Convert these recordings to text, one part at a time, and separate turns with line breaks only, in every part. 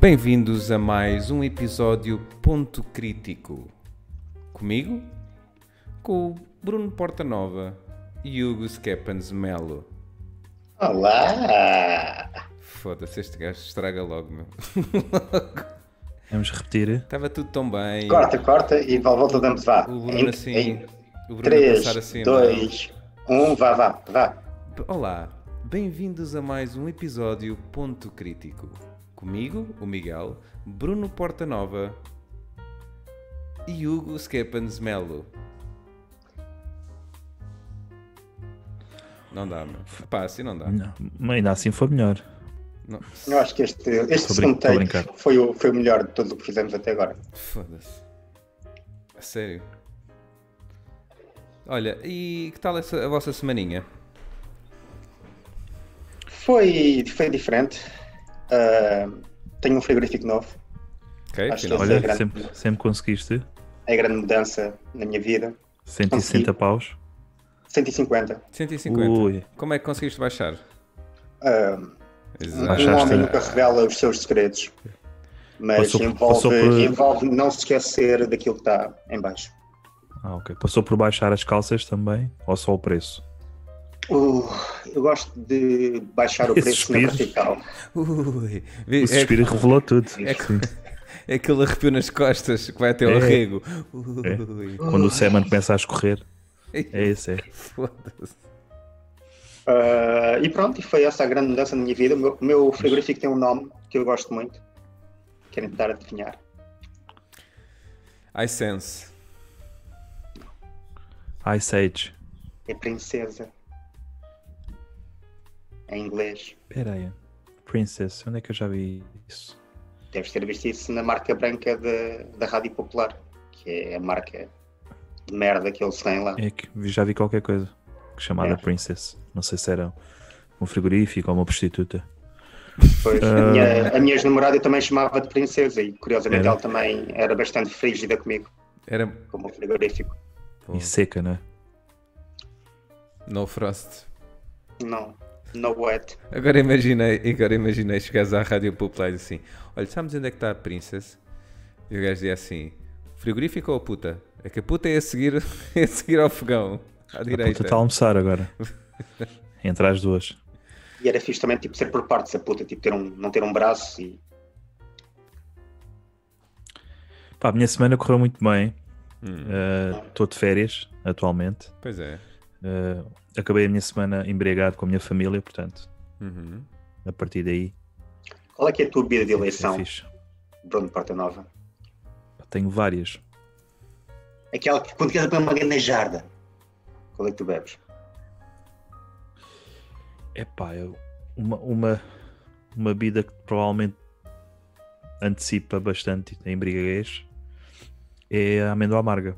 Bem-vindos a mais um episódio Ponto Crítico. Comigo, com o Bruno Portanova e Hugo Skeppens Melo.
Olá!
Foda-se, este gajo estraga logo, meu.
Vamos repetir.
Estava tudo tão bem.
Corta, corta e vol- volta, damos vá.
O Bruno assim.
Em
o Bruno a
3,
passar assim a mão.
2, 1, vá, vá, vá.
Olá, bem-vindos a mais um episódio Ponto Crítico. Comigo, o Miguel, Bruno Portanova e Hugo Skeppens Melo. Não dá, meu. Pá, assim não dá.
Ah, Não, mas ainda assim foi melhor.
Não.
Eu acho que este, este
Tô brin-
segundo
tô
take
brincando.
foi o, foi o melhor de tudo o que fizemos até agora.
Foda-se. A sério. Olha, e que tal essa, a vossa semaninha?
Foi, foi diferente. Ah, tenho um frigorífico novo.
Ok,
Acho que
final.
Essa é a
Olha,
grande-
sempre, sempre conseguiste.
É a grande mudança na minha vida.
160 paus.
150.
150.
Ui.
Como é que conseguiste baixar?
Ah,
Exato.
um
Baixaste
homem
a-
nunca revela os seus segredos. Mas
Passou-
envolve,
passou por-
envolve não se esquecer daquilo que está em baixo.
Ah, ok. Passou por baixar as calças também? Ou só o preço?
Uh, eu gosto de baixar o
Esse
preço na
suspiro.
vertical.
Ui. Vi-
O suspiro revelou tudo.
É que-
Sim.
É aquele arrepio nas costas que vai até ao
É.
arrego.
É.
Ui.
Quando o semen começa a escorrer. É esse, é.
Foda-se.
Uh, e pronto, e foi essa a grande mudança na minha vida. O meu, o meu frigorífico tem um nome que eu gosto muito. Querem tentar adivinhar?
I sense.
Ice Age.
É Princesa. Em inglês.
Pera aí. Princess. Onde é que eu já vi isso?
Deves ter visto isso na marca branca da- da Rádio Popular, que é a marca de merda que eles têm lá.
É que vi- já vi qualquer coisa que chamada
É.
Princess. Não sei se era um frigorífico ou uma prostituta.
Pois, a, minha, a minha ex-namorada eu também chamava de Princesa e curiosamente
Era?
ela também era bastante frígida comigo,
Era.
como frigorífico.
Pô,
E seca, né?
No Frost.
Não, no wet.
Agora imaginei, agora imaginei chegares à Rádio Popular e assim: Olha, sabes onde é que está a Princess? E o gajo dizia assim: Frigorífico ou a puta? É que a puta é a seguir, é a seguir ao fogão. À
A puta
direita.
está a almoçar agora. Entre as duas.
E era fixe também tipo, ser por partes a puta, tipo ter um, não ter um braço e
Pá, a minha semana correu muito bem.
Hum,
Estou de férias atualmente.
pois é.
Uh, acabei a minha semana embriagado com a minha família, portanto,
Uhum.
a partir daí.
qual é que é a tua bebida de
tem que ser
eleição,
fixe.
Bruno Portanova?
Tenho várias.
Aquela que quando queres beber uma grande jarda, qual é que tu bebes?
Epá, eu, uma, uma, uma bebida que provavelmente antecipa bastante a embriaguez é a amêndoa amarga.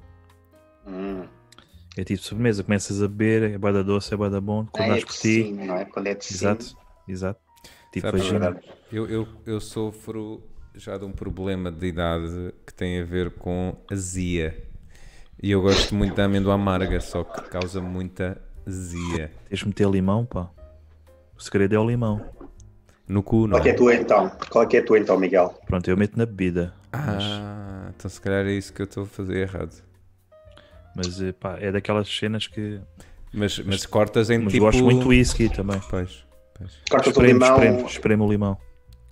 Hum,
É tipo sobremesa, começas a beber, é bada doce, é bada bom, quando dás
é
por ti.
não é? Quando é de
Exato, exato. Tipo
Sabe,
vagina.
Eu, eu, eu sofro já de um problema de idade que tem a ver com azia. E eu gosto muito da amêndoa amarga, só que causa muita azia.
Tens de meter limão, pá. O segredo é o limão.
No cu, não
Qual é que é
é?
a tua então? Qual é que é a tua então, Miguel?
Pronto, eu meto na bebida.
Ah, então se calhar é isso que eu estou a fazer errado.
Mas eh, pá, é daquelas cenas que.
Tipo
Mas, mas cortas em
Mas
tipo...
gosto muito de whisky também.
Pois, pois.
Cortas o
Espremo,
Ah, limão,
espremo, espremo o limão.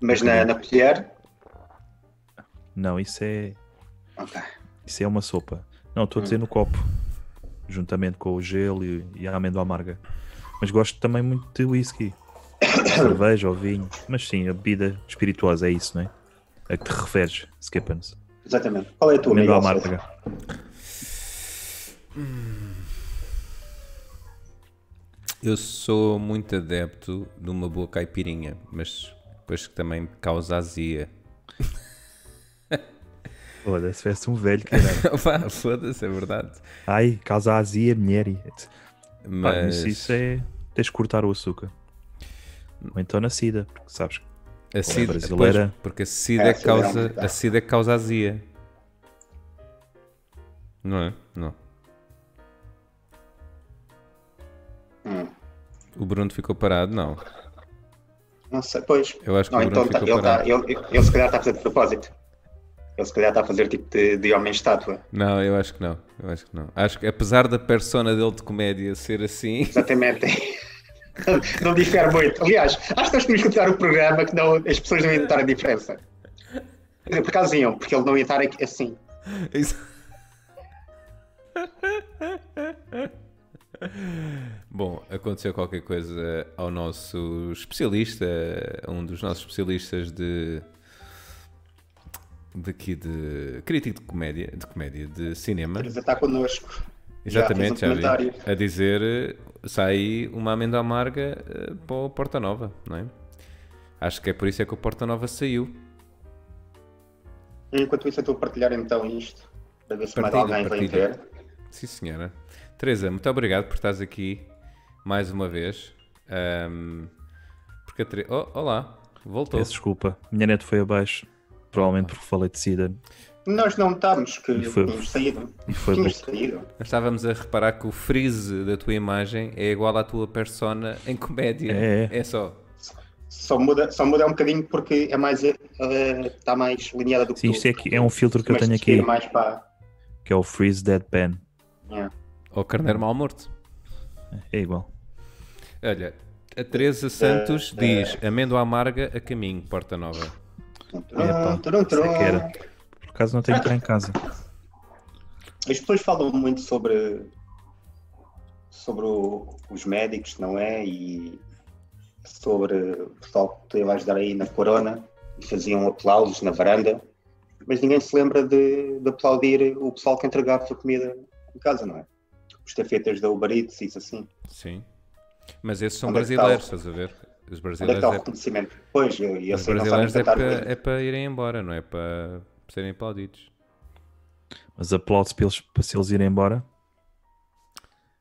mas na, na colher?
Não, isso é.
Ok.
Isso é uma sopa. Não, estou a
Hum.
dizer no copo. Juntamente com o gelo e, e a amêndoa amarga. Mas gosto também muito de whisky. Cerveja ou vinho. Mas sim, a bebida espirituosa é isso, não é? A que te referes, Skippens.
Exatamente. Qual é a tua,
Amêndoa
Miguel?
amarga.
Eu sou muito adepto de uma boa caipirinha, mas depois que também me causa azia.
Olha, se tivesse um velho, caralho.
Vá, Foda-se, é verdade.
Ai, causa azia, mulher. e- Pá,
Mas...
Mas isso é. Tens de cortar o açúcar. Ou então na sida, porque sabes que
A sida,
brasileira.
pois, porque a sida,
É, a sida é um
causa,
bocado.
a sida causa azia. Não é? Não.
Hum.
O Bruno ficou parado? Não.
Não sei, pois.
Eu acho que
Não,
o Bruno
então tá-
ficou
ele, tá,
parado.
ele, ele- ele se calhar está a fazer de propósito. Ele se calhar está a fazer tipo de, de homem-estátua.
Não, eu acho que não. Eu acho que não. Acho que apesar da persona dele de comédia ser assim,
Exatamente. não difere muito. Aliás, acho que nós tínhamos que tirar o programa que não, as pessoas não iam notar a diferença. Quer dizer, Por acaso iam, porque ele não ia estar aqui- assim.
Isso- Bom, aconteceu qualquer coisa ao nosso especialista, um dos nossos especialistas de daqui de crítico de comédia, de comédia de cinema.
Teresa está connosco.
Exatamente,
já
já,
fiz um
vi.
comentário.
A dizer, eh, sai uma amenda amarga eh, para o Porta Nova, não é? Acho que é por isso é que o Porta Nova saiu.
Enquanto isso, eu estou a partilhar então isto, para ver se mais
Partilha,
alguém vem
partilha.
ver.
Sim, senhora. Teresa, muito obrigado por estares aqui mais uma vez. Ahm, porque a Teresa. Oh, olá, voltou.
Peço desculpa. Minha net foi abaixo. Provavelmente porque falei de SIDA.
Nós não estamos, que
foi-
tínhamos saído.
e foi
Tínhamos saído.
Nós estávamos a reparar que o freeze da tua imagem é igual à tua persona em comédia.
É, é.
só.
Só muda, só muda um bocadinho porque é mais, eh, eh, está mais lineada do que
Sim,
tu.
isto é, aqui, é um filtro que eu
Mas
tenho
tens que ir
aqui,
mais para...
que é o Freeze Deadpan.
é.
Ou carneiro mal morto.
É igual.
Olha, a Teresa Santos
Eh,
diz: amêndoa amarga a caminho, Porta Nova.
Epá,
Turum, turum,
isso é que era. Por acaso não tenho cá em casa.
As pessoas falam muito sobre, sobre o- os médicos, não é? E sobre o pessoal que teve a ajudar aí na corona e faziam aplausos na varanda, mas ninguém se lembra de, de aplaudir o pessoal que entregava a comida em casa, não é? Os tafetas da Uber Eats, isso assim.
Sim. Mas esses são
Onde é que está
brasileiros, estás a ver? Os
Onde é que
brasileiros
está o
é,
reconhecimento? Pois, eu, eu
os
sei, não sabem
brasileiros é
cantar.
para, é para irem embora, não é para serem aplaudidos.
Mas aplausos para eles, para se eles irem embora.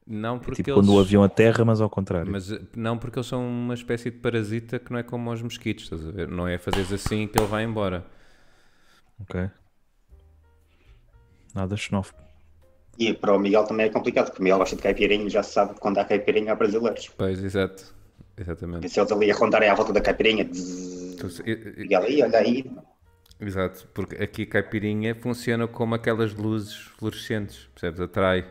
Não porque
tipo
eles...
quando o avião aterra, mas ao contrário.
Mas eh, não porque eles são uma espécie de parasita que não é como os mosquitos, estás a ver? Não é fazeres assim que ele vai embora.
Ok. Nada xenófobo.
E para o Miguel também é complicado, porque o Miguel gosta de caipirinha e já se sabe que quando há caipirinha há brasileiros.
Pois, exato. Exatamente.
Se eles ali a rondarem à volta da caipirinha,
Então, se- e- e-
Miguel, aí, olha aí.
Exato, porque aqui a caipirinha funciona como aquelas luzes fluorescentes, percebes? Atrai.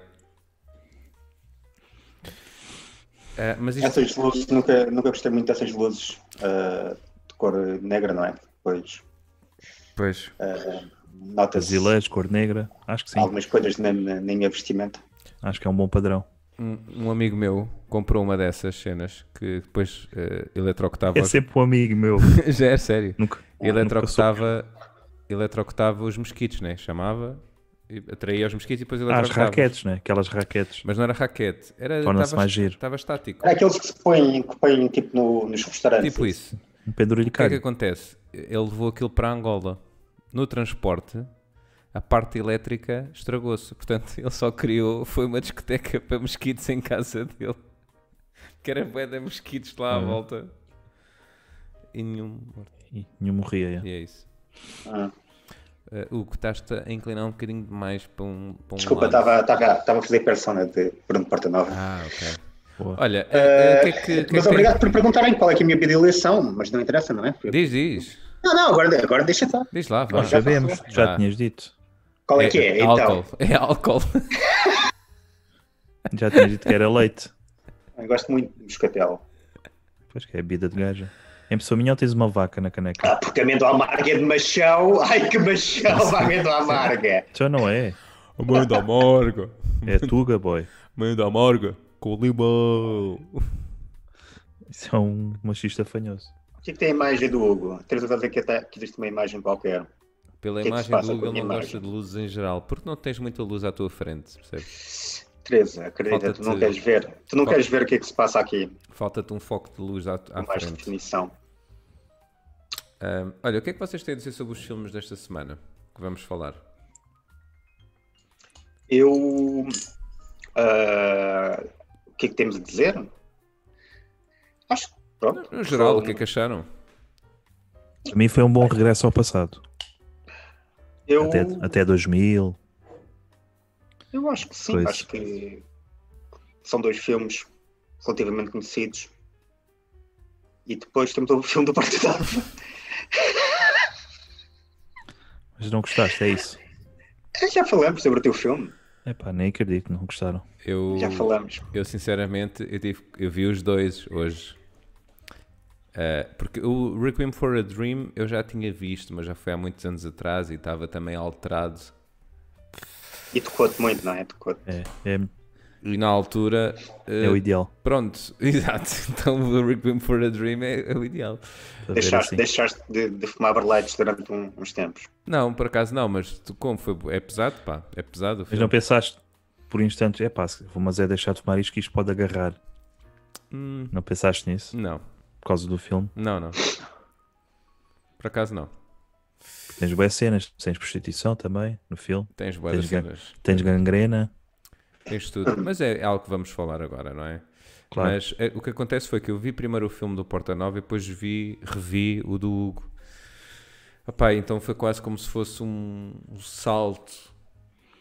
Ah, mas isto
Essas luzes, nunca, nunca gostei muito dessas luzes ah, de cor negra, não é? Pois
depois.
notas
Brasileiros, cor negra. Acho que sim.
algumas coisas na, na, na minha vestimenta.
Acho que é um bom padrão.
Um, um amigo meu comprou uma dessas cenas que depois eh, eletrocutava.
É
os-
sempre um amigo meu.
Já é sério.
Nunca.
eletrocutava, eletrocutava os mosquitos, né? Chamava, e atraía os mosquitos e depois
Ah, as
eletrocutava.
raquetes, né? Aquelas raquetes.
Mas não era raquete, era
Torna-se
estava-
mais giro.
Estava estático.
Para É aqueles que se põem, que põem tipo no- nos restaurantes.
Tipo isso. O que é
Um
que
penduricário.
acontece? Ele levou aquilo para Angola. No transporte, a parte elétrica estragou-se. Portanto, ele só criou, foi uma discoteca para mosquitos em casa dele. Que era bué de mosquitos lá à
Uhum.
volta. E nenhum morto.
E nenhum morria. é.
E é isso.
Ah,
Eh, Hugo, estás-te a inclinar um bocadinho demais para um, para um
desculpa,
lado.
estava estava- estava a fazer persona de Bruno Porta Nova. Ah,
Ah, ok.
Boa.
Olha, eh, eh, o que é que. o que é
mas
que
obrigado por perguntarem qual é que é a minha vida de eleição, mas não interessa, não é?
tem- Diz, diz.
Não, não, agora, agora deixa estar.
Diz lá, vá.
Nós sabemos, já
Ah.
tinhas dito.
Qual é, que é? Então,
Álcool. É álcool.
Já tinhas dito que era leite.
eu gosto muito de moscatel.
Pois que é a bebida de gaja. Em pessoa minha ou tens uma vaca na caneca?
Ah, porque amêndoa amarga é de machão. Ai, que machão, amêndoa amarga.
Já não é.
Mãe da morga.
É tuga, boy.
Mãe da morga. Com limão.
Isso é um machista fanhoso.
O que, é que tem a imagem do Hugo? Tens a dizer que, até- que existe uma imagem qualquer.
Pela
O que é que se
imagem
passa
do Hugo,
com a
ele não
minha
gosta
imagem?
de luzes em geral. Porque não tens muita luz à tua frente, percebes?
Teresa, acredita, tu não
Falta-te-
queres ver. Tu não
Falta-
queres ver o que é que se passa aqui,
Falta-te um foco de luz à, à
com mais
frente.
definição.
Ahm, olha, o que é que vocês têm a dizer sobre os filmes desta semana? Que vamos falar.
Eu. ah, o que é que temos a dizer? Acho que. Pronto.
No geral, o que é que acharam?
Para mim foi um bom regresso ao passado.
eu,
Até, até 2000.
eu acho que sim.
Pois.
Acho que são dois filmes relativamente conhecidos. E depois temos o filme do Partidário.
Mas não gostaste, é isso.
Já falamos sobre o teu filme.
Epá, nem acredito, não gostaram.
Eu,
Já falamos.
eu sinceramente, eu, tive- eu vi os dois hoje. Ah, porque o Requiem for a Dream eu já tinha visto, mas já foi há muitos anos atrás e estava também alterado.
E tocou-te muito, não é? Tocou-te.
É, é,
E na altura.
é o
ah,
ideal.
Pronto, exato. Então o Requiem for a Dream é, é o ideal.
Para ver
Deixaste,
assim.
deixaste de, de fumar barletes durante um- uns tempos.
Não, por acaso não, mas tu, como foi? É pesado, pá. É pesado. o
Mas
filme.
não pensaste por instantes, é pá, se- mas é deixar de fumar isto que isto pode agarrar.
Hum,
Não pensaste nisso
não,
por causa do filme?
não, não. Por acaso não.
Tens boas cenas, tens prostituição também no filme,
Tens boas
Tens gan-
cenas.
tens gangrena.
Tens tudo. Mas é algo que vamos falar agora, não é?
Claro.
Mas eh, o que acontece foi que eu vi primeiro o filme do Porta Nova e depois vi, revi o do Hugo. Epá, então foi quase como se fosse um, um salto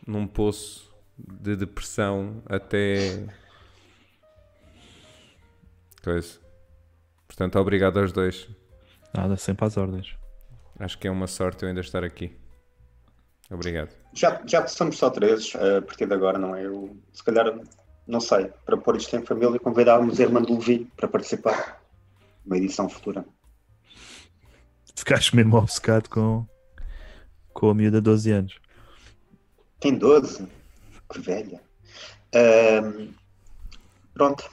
num poço de depressão até. Coisa. Portanto, obrigado aos dois.
Nada, sempre às ordens.
Acho que é uma sorte eu ainda estar aqui. Obrigado.
Já, já somos só três, eh, a partir de agora, não é? Eu, se calhar, não sei, para pôr isto em família, convidávamos a irmã do Levi para participar. Uma edição futura.
Ficaste mesmo obcecado com, com a miúda de 12 anos.
Tem 12. Que velha. Ahm, pronto.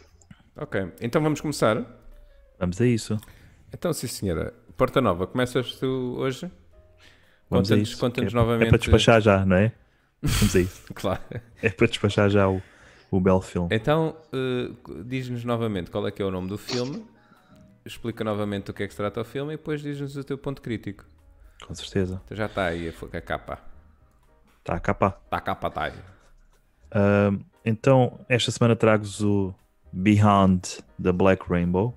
Ok, então vamos começar.
Vamos a isso.
Então, sim, senhora. Porta Nova, começas tu hoje?
Vamos a
Conta-nos-
isso.
conta-nos
é, pa-
novamente-
É para despachar já, não é? Vamos a isso.
Claro.
É para despachar já o, o belo filme.
Então, eh, diz-nos novamente qual é que é o nome do filme, explica novamente do que é que se trata o filme e depois diz-nos o teu ponto crítico.
Com certeza.
Então já está aí a, fo- a capa.
Está a capa.
Está a capa, está aí.
Ahm, então, esta semana trago-vos o Behind the Black Rainbow,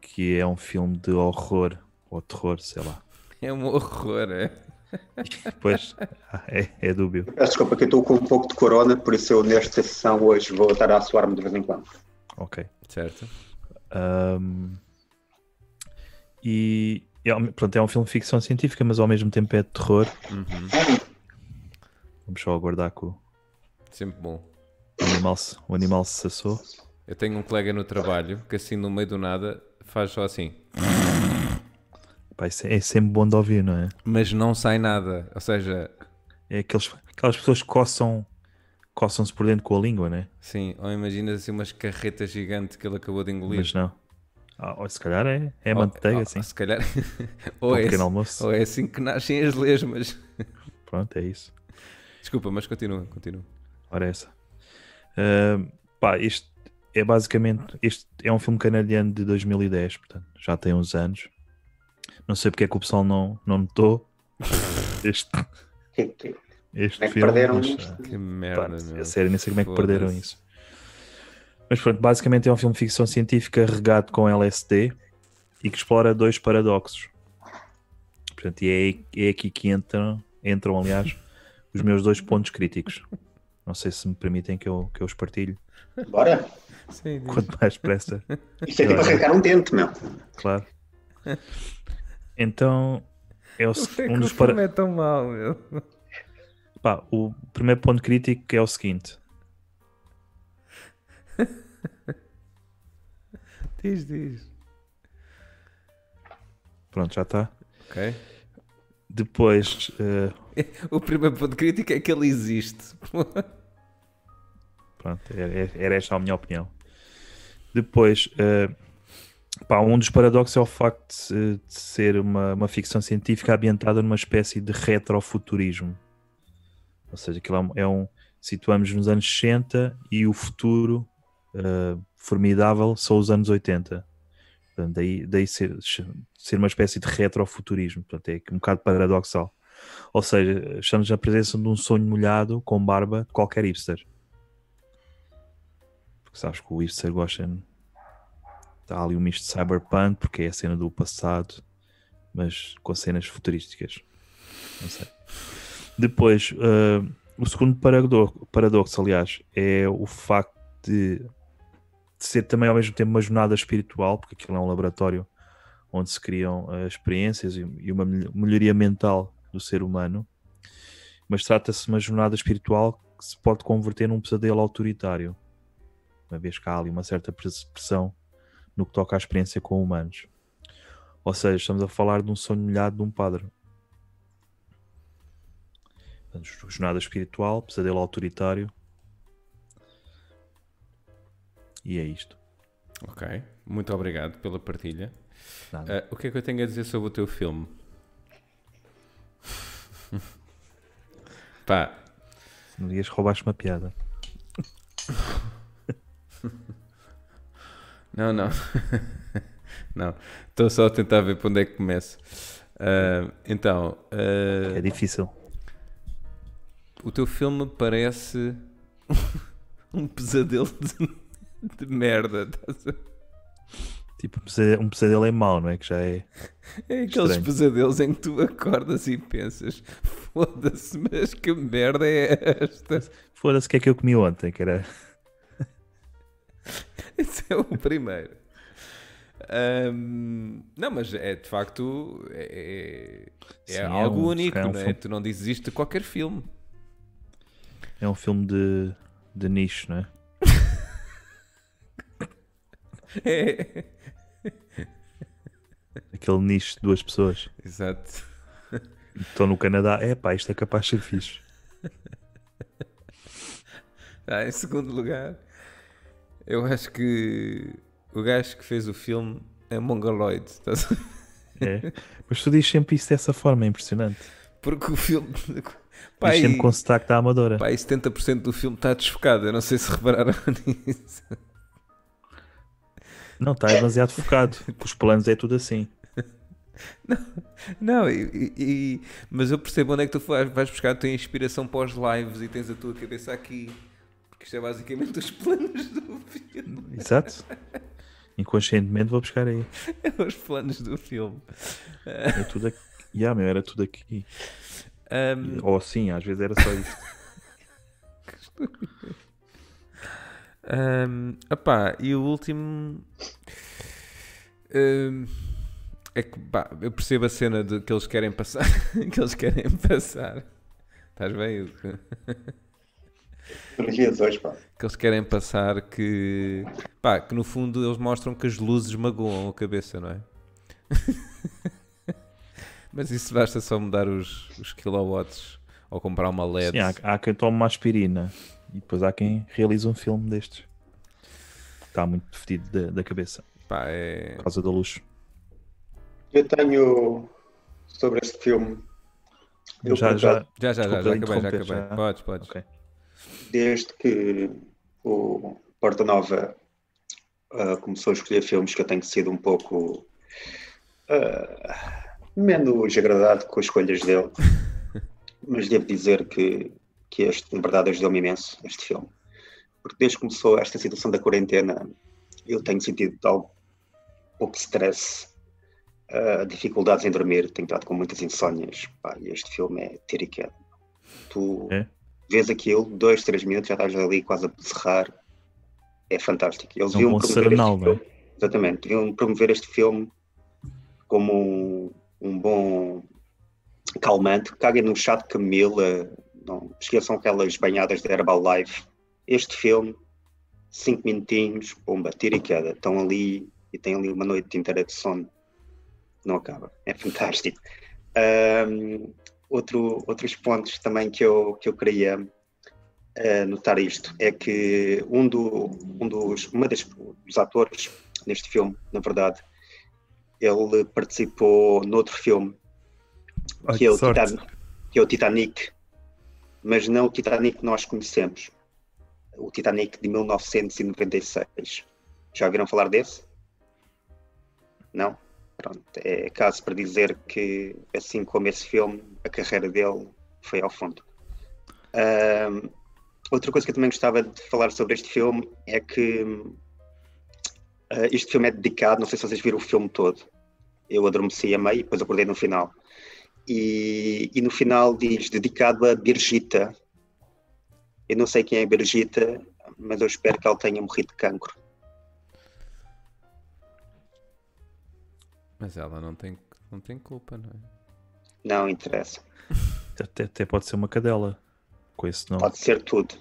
que é um filme de horror, ou terror, sei lá.
É um horror, é?
Pois, é, é dúbio.
Peço desculpa que eu estou com um pouco de corona, por isso eu nesta sessão hoje vou estar a suar-me de vez em quando.
Ok.
Certo.
Um, e é, um- pronto, é um filme de ficção científica, mas ao mesmo tempo é de terror. Vamos só aguardar que o
Sempre bom.
animal se, o animal se sassou.
Eu tenho um colega no trabalho que assim no meio do nada faz só assim.
Pá, isso é, é sempre bom de ouvir, não é?
Mas não sai nada. Ou seja,
É aqueles, aquelas pessoas que coçam, coçam-se por dentro com a língua, né?
sim, ou imaginas assim umas carretas gigantes que ele acabou de engolir.
Mas não. Ah, ou se calhar é, é
Ou-
manteiga,
ou-
sim.
Se calhar.
Ou um
ou, é
pequeno
assim,
almoço.
ou é assim que nascem as lesmas.
Pronto, é isso.
Desculpa, mas continua, continua.
Ora essa. Ahm, pá, este é basicamente. Este é um filme canadiano de 2010, portanto, já tem uns anos. Não sei porque é que o pessoal não, não notou este,
Que- que- Como
este
é que
filme.
perderam
mas,
isto?
ah,
Que merda,
pá,
meu.
a sério, nem sei como é que
Foda-se.
perderam isso. Mas pronto, basicamente é um filme de ficção científica regado com LSD e que explora dois paradoxos. Portanto, e é, aí- é aqui que entram, entram, aliás, os meus dois pontos críticos. Não sei se me permitem que eu, que eu os partilhe.
Bora?
Sim, diz.
Quanto mais pressa,
Isto é tipo arrancar um dente, meu.
claro. Então, é o, se-
Por que é que
um dos
o
para...
filme é tão mau, meu?
Pá, o primeiro ponto crítico é o seguinte:
Diz, diz.
pronto, já está.
Ok.
Depois, eh,
O primeiro ponto crítico é que ele existe.
Pronto, era, era esta a minha opinião. Depois, eh, pá, um dos paradoxos é o facto de se- de, ser uma, uma ficção científica ambientada numa espécie de retrofuturismo. Ou seja, aquilo é um. É um- situamos nos anos 60 e o futuro eh, formidável são os anos 80. Portanto, daí daí ser, ser uma espécie de retrofuturismo. Portanto, é um bocado paradoxal. Ou seja, estamos na presença de um sonho molhado com barba de qualquer hipster. Porque sabes que o hipster gosta. Está ali um misto de cyberpunk, porque é a cena do passado, mas com cenas futurísticas. Não sei. Depois, ah, o segundo parado- paradoxo, aliás, é o facto de ser também ao mesmo tempo uma jornada espiritual, porque aquilo é um laboratório onde se criam ah, experiências e, e uma melho- melhoria mental do ser humano, mas trata-se de uma jornada espiritual que se pode converter num pesadelo autoritário, uma vez que há ali uma certa pres- pressão no que toca à experiência com humanos. Ou seja, estamos a falar de um sonho molhado de um padre. Portanto, jornada espiritual, pesadelo autoritário. E é isto.
Ok. Muito obrigado pela partilha.
Nada.
Ah, o que é que eu tenho a dizer sobre o teu filme? Pá,
No dias roubaste uma piada.
Não, não. não. Estou só a tentar ver para onde é que começo. Ah, então, ah,
É difícil.
o teu filme parece um pesadelo de, de merda. estás a-
Tipo, um pesade- um pesadelo é mau, não é? Que já é.
É aqueles
Estranho.
pesadelos em que tu acordas e pensas: foda-se, mas que merda é esta?
Foda-se o que é que eu comi ontem, que era.
Esse é o primeiro. Ahm, não, mas é de facto é, é- é
Sim, é
algo
um-
único,
é um
não é?
filme.
Tu não dizes isto de qualquer filme.
É um filme de, de nicho, não é?
É.
Aquele nicho de duas pessoas.
Exato.
Estão no Canadá. É pá, isto é capaz de ser fixe.
Ah, em segundo lugar, eu acho que o gajo que fez o filme é mongoloide. estás a-
É. Mas tu dizes sempre isso dessa forma, é impressionante.
Porque o filme. Pá,
Dizes
e,
sempre com sotaque da Amadora.
pá, e 70% do filme está desfocado. Eu não sei se repararam nisso.
Não, está demasiado focado. Com Os planos é tudo assim.
Não, e- e- e- mas eu percebo onde é que tu vais, vais buscar a tua inspiração para os lives e tens a tua cabeça aqui. Porque isto é basicamente os planos do filme.
Exato. Inconscientemente vou buscar aí.
É os planos do filme.
É tudo aqui. Yeah, meu, era tudo aqui.
Ahm,
Ou assim, às vezes era só isto.
Ahm, opá, e o último Ahm, é que pá, eu percebo a cena de que eles querem passar, que eles querem passar. Estás bem? Hugo?
energias hoje, pá.
Que eles querem passar que pá, que no fundo eles mostram que as luzes magoam a cabeça, não é? Mas isso basta só mudar os, os kilowatts ou comprar uma LED.
Sim, há, há quem tome uma aspirina e depois há quem realiza um filme destes. Está muito fedido da, da cabeça
Pá, é-
por causa da luz.
Eu tenho sobre este filme. Eu
já, já,
Já, já, já,
Desculpa
já acabei, já
interromper,
acabei.
já.
Podes, podes.
Ok.
desde que o Porta Nova ah, começou a escolher filmes que eu tenho sido um pouco ah, menos agradado com as escolhas dele, mas devo dizer que, que este, na verdade, ajudou-me imenso este filme. Porque desde que começou esta situação da quarentena, eu tenho sentido tal pouco stress, ah, dificuldades em dormir, tenho estado com muitas insónias. Pá, e este filme é tiro e queda. Tu
É?
vês aquilo, dois, três minutos, já estás ali quase a serrar. É fantástico. Eles
É um
deviam
bom
promover
serenal,
este
não é?
filme. Exatamente, deviam promover este filme como um, um bom calmante. Caguem no chá de camomila, não esqueçam aquelas banhadas de Herbalife. Este filme, cinco minutinhos, bomba, tira e queda. Estão ali e têm ali uma noite inteira de sono. Não acaba. É fantástico. Ahm, outro, outros pontos também que eu, que eu queria eh, notar isto é que um, do, um dos, uma das, dos atores neste filme, na verdade, ele participou noutro filme
Ai,
que é, o
sorte.
Titan- que é o Titanic, mas não o Titanic que nós conhecemos. O Titanic de 1996. Já ouviram falar desse? Não? Pronto, é caso para dizer que, assim como esse filme, a carreira dele foi ao fundo. Ahm, outra coisa que eu também gostava de falar sobre este filme é que hum, ah, este filme é dedicado, não sei se vocês viram o filme todo. Eu adormeci a meio e depois acordei no final e, e no final diz dedicado a Birgita. Eu não sei quem é Birgita, mas eu espero que ela tenha morrido de cancro.
Mas ela não tem, não tem culpa, não é?
Não interessa.
Até, até pode ser uma cadela. Com esse nome.
Pode ser tudo.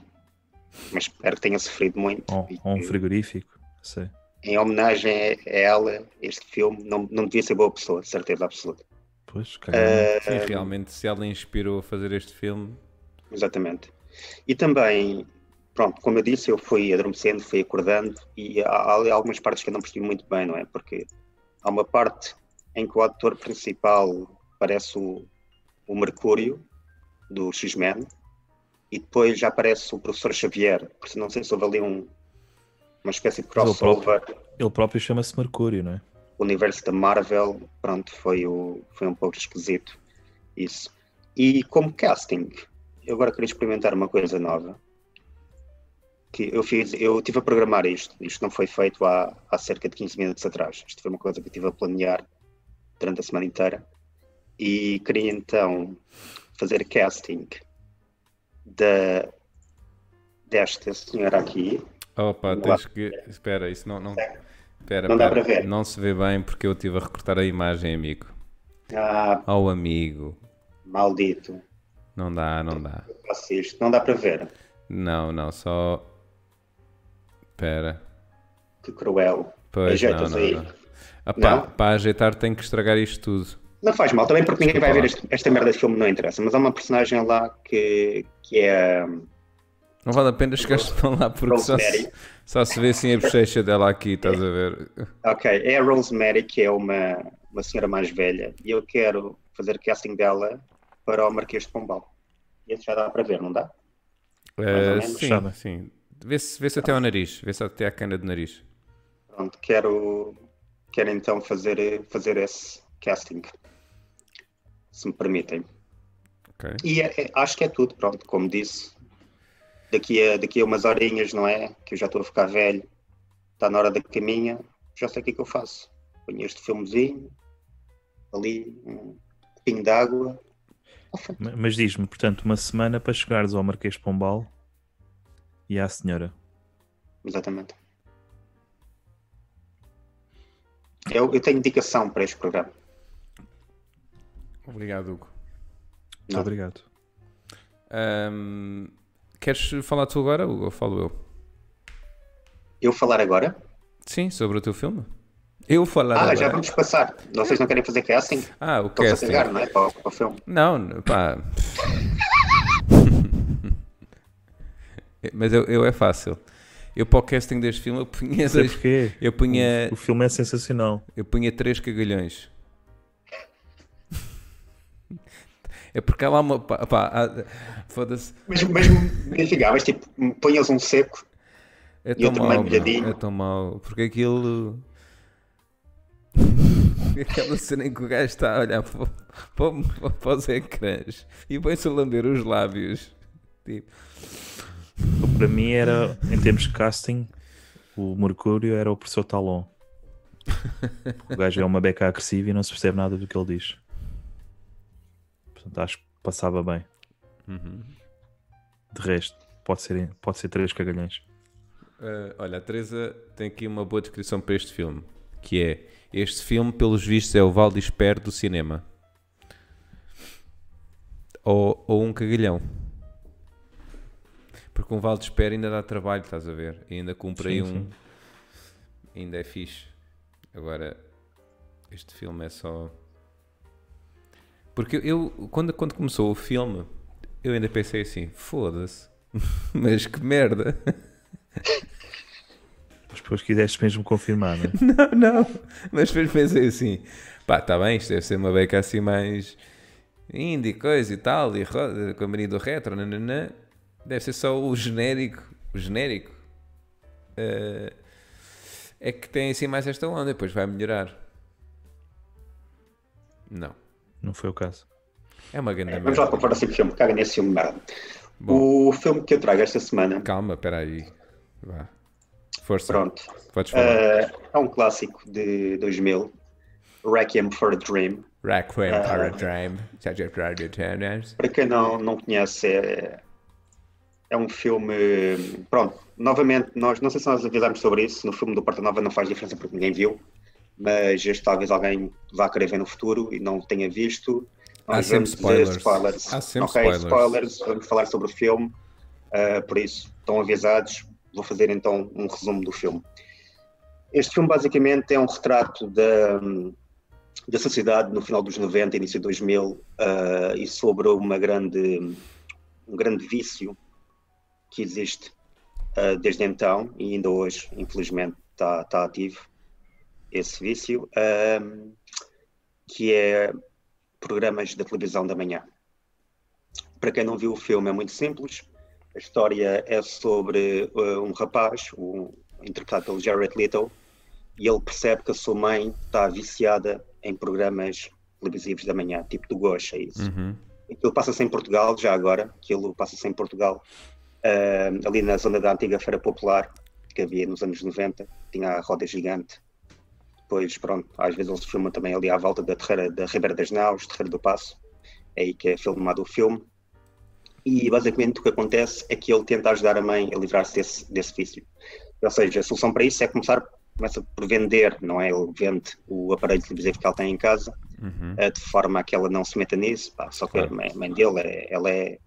Mas espero que tenha sofrido muito.
Ou,
E
ou um
que,
frigorífico. Sei.
em homenagem a- a ela, este filme não, não devia ser boa pessoa, de certeza absoluta.
Pois, cagado.
Sim, realmente, se ela inspirou a fazer este filme,
Exatamente. E também, pronto, como eu disse, eu fui adormecendo, fui acordando e há, há ali algumas partes que eu não percebi muito bem, não é? Porque há uma parte em que o ator principal parece o, o Mercúrio do X-Men e depois já aparece o Professor Xavier, porque não sei se houve ali um, uma espécie de
Mas o próprio-
crossover.
Ele próprio chama-se Mercúrio, não é?
o universo da Marvel, pronto, foi, o, foi um pouco esquisito isso. E como casting, eu agora queria experimentar uma coisa nova. Que eu fiz, eu estive a programar isto, isto não foi feito há, há cerca de 15 minutos atrás. Isto foi uma coisa que eu estive a planear durante a semana inteira. E queria então fazer casting da desta senhora aqui.
Opa,
Não
tens que. Espera, isso não. não... Espera,
Não dá
espera.
para ver.
Não se vê bem porque eu estive a recortar a imagem, amigo.
Ah,
Oh, amigo.
maldito.
Não dá, não dá.
eu faço isto, não dá para ver.
Não, não, só. Espera.
Que cruel.
Pois, não,
Ajeitas
não,
aí.
não. Ah, pá,
Não?
Para ajeitar, tenho que estragar isto tudo.
Não faz mal, também porque ninguém
Desculpa
vai ver
lá.
este- esta merda de filme, não interessa. Mas há uma personagem lá que, que é.
Não vale a pena chegar tão lá porque só se,
Rosemary.
só se vê assim a bochecha dela aqui, estás a ver?
Ok, é a Rosemary, que é uma, uma senhora mais velha. E eu quero fazer casting dela para o Marquês de Pombal. Esse já dá para ver, não dá? ou
Eh,
menos,
sim,
sabe?
sim. Vê-se vê-se até ao nariz, vê-se até à cana do nariz.
Pronto, quero, quero então fazer, fazer esse casting. Se me permitem.
Ok.
E é- é- acho que é tudo, pronto, como disse. Daqui a, daqui a umas horinhas, não é? Que eu já estou a ficar velho, está na hora da caminha, já sei o que é que eu faço. Ponho este filmezinho, ali, um copinho de água.
Ma- Mas diz-me, portanto, uma semana para chegares ao Marquês de Pombal e à senhora.
Exatamente. Eu, eu tenho indicação para este programa.
Obrigado, Hugo.
Muito
Não.
obrigado.
Ahm, queres falar tu agora, Hugo, ou falo eu?
Eu falar agora?
Sim, sobre o teu filme. Eu falar
Ah,
agora.
já vamos passar. Vocês não querem fazer casting?
Ah, o
Estão-se a
casting.
cagar, não é? Para, o- para o filme.
Não, n- pá. Mas eu, eu é fácil. Eu para o casting deste filme eu punha
Sei
dois-
porquê.
eu punha,
O filme é sensacional.
eu punha três cagalhões. É porque há lá uma. Pá, pá, há- foda-se.
Mas, mas, ficar, mas tipo, ponhas um seco
É
E eu
tão
também um
mau, meu,
molhadinho.
é tão mau. Porque aquilo. Aquela cena em que o gajo está a olhar para, para, para os ecrãs e põe-se a lamber os lábios. Tipo,
Para mim era, em termos de casting, o Mercúrio era o professor Talon. O gajo é uma beca agressiva e não se percebe nada do que ele diz. Portanto, acho que passava bem. De resto, pode ser, pode ser três cagalhões.
eh, olha, a Teresa tem aqui uma boa descrição para este filme: que é este filme, pelos vistos, é o Valdis Per do cinema. Ou, ou um cagalhão. Porque um Valdis Per ainda dá trabalho, estás a ver? E ainda cumpre aí um.
Sim, sim.
ainda é fixe. Agora, este filme é só. Porque eu, quando, quando começou o filme, eu ainda pensei assim: foda-se, mas que merda!
Mas depois quiseste mesmo confirmar, não é?
Não, não, mas depois pensei assim: pá, tá bem, isto deve ser uma beca assim mais indie, coisa e tal, e ro- com a mania do retro, nananã. deve ser só o genérico. O genérico eh, é que tem assim mais esta onda, depois vai melhorar. Não.
Não foi o caso.
É uma grande
Vamos lá para o
merda.
próximo filme, caga nesse filme merda. O filme que eu trago esta semana,
Calma, espera aí. Vá. Força.
pronto,
Podes falar.
eh, é um clássico de 2000, Requiem for a Dream.
Requiem
eh,
for a Dream. Subject Radio Turners.
Para quem não, não conhece, é, é um filme. Pronto, novamente, nós não sei se nós avisámos sobre isso, no filme do Porta Nova não faz diferença porque ninguém viu, mas este talvez alguém vá querer ver no futuro e não tenha visto.
Há
Nós
sempre
vamos dizer
spoilers.
spoilers.
Há sempre
Ok,
spoilers.
vamos falar sobre o filme, ah, por isso estão avisados. Vou fazer então um resumo do filme. Este filme basicamente é um retrato da, da sociedade no final dos 90, início de 2000 ah, e sobre uma grande, um grande vício que existe ah, desde então e ainda hoje, infelizmente, está está ativo esse vício, ahm, que é programas da televisão da manhã. Para quem não viu o filme, é muito simples. A história é sobre eh, um rapaz, o- interpretado pelo Jared Leto, e ele percebe que a sua mãe está viciada em programas televisivos da manhã, tipo do Gosto, é isso.
Uhum.
Aquilo passa-se em Portugal, já agora, aquilo passa-se em Portugal, eh, ali na zona da antiga Feira Popular, que havia nos anos 90, tinha a roda gigante. Depois, pronto, às vezes eles filmam também ali à volta da Terreira da Ribeira das Naus, Terreira do Passo, é aí que é filmado o filme. E basicamente o que acontece é que ele tenta ajudar a mãe a livrar-se desse, desse vício. Ou seja, a solução para isso é começar começa por vender, não é? Ele vende o aparelho televisivo que ela tem em casa
Uhum.
eh, de forma a que ela não se meta nisso. pá, só que a
Claro.
mãe, mãe dele, é- ela é,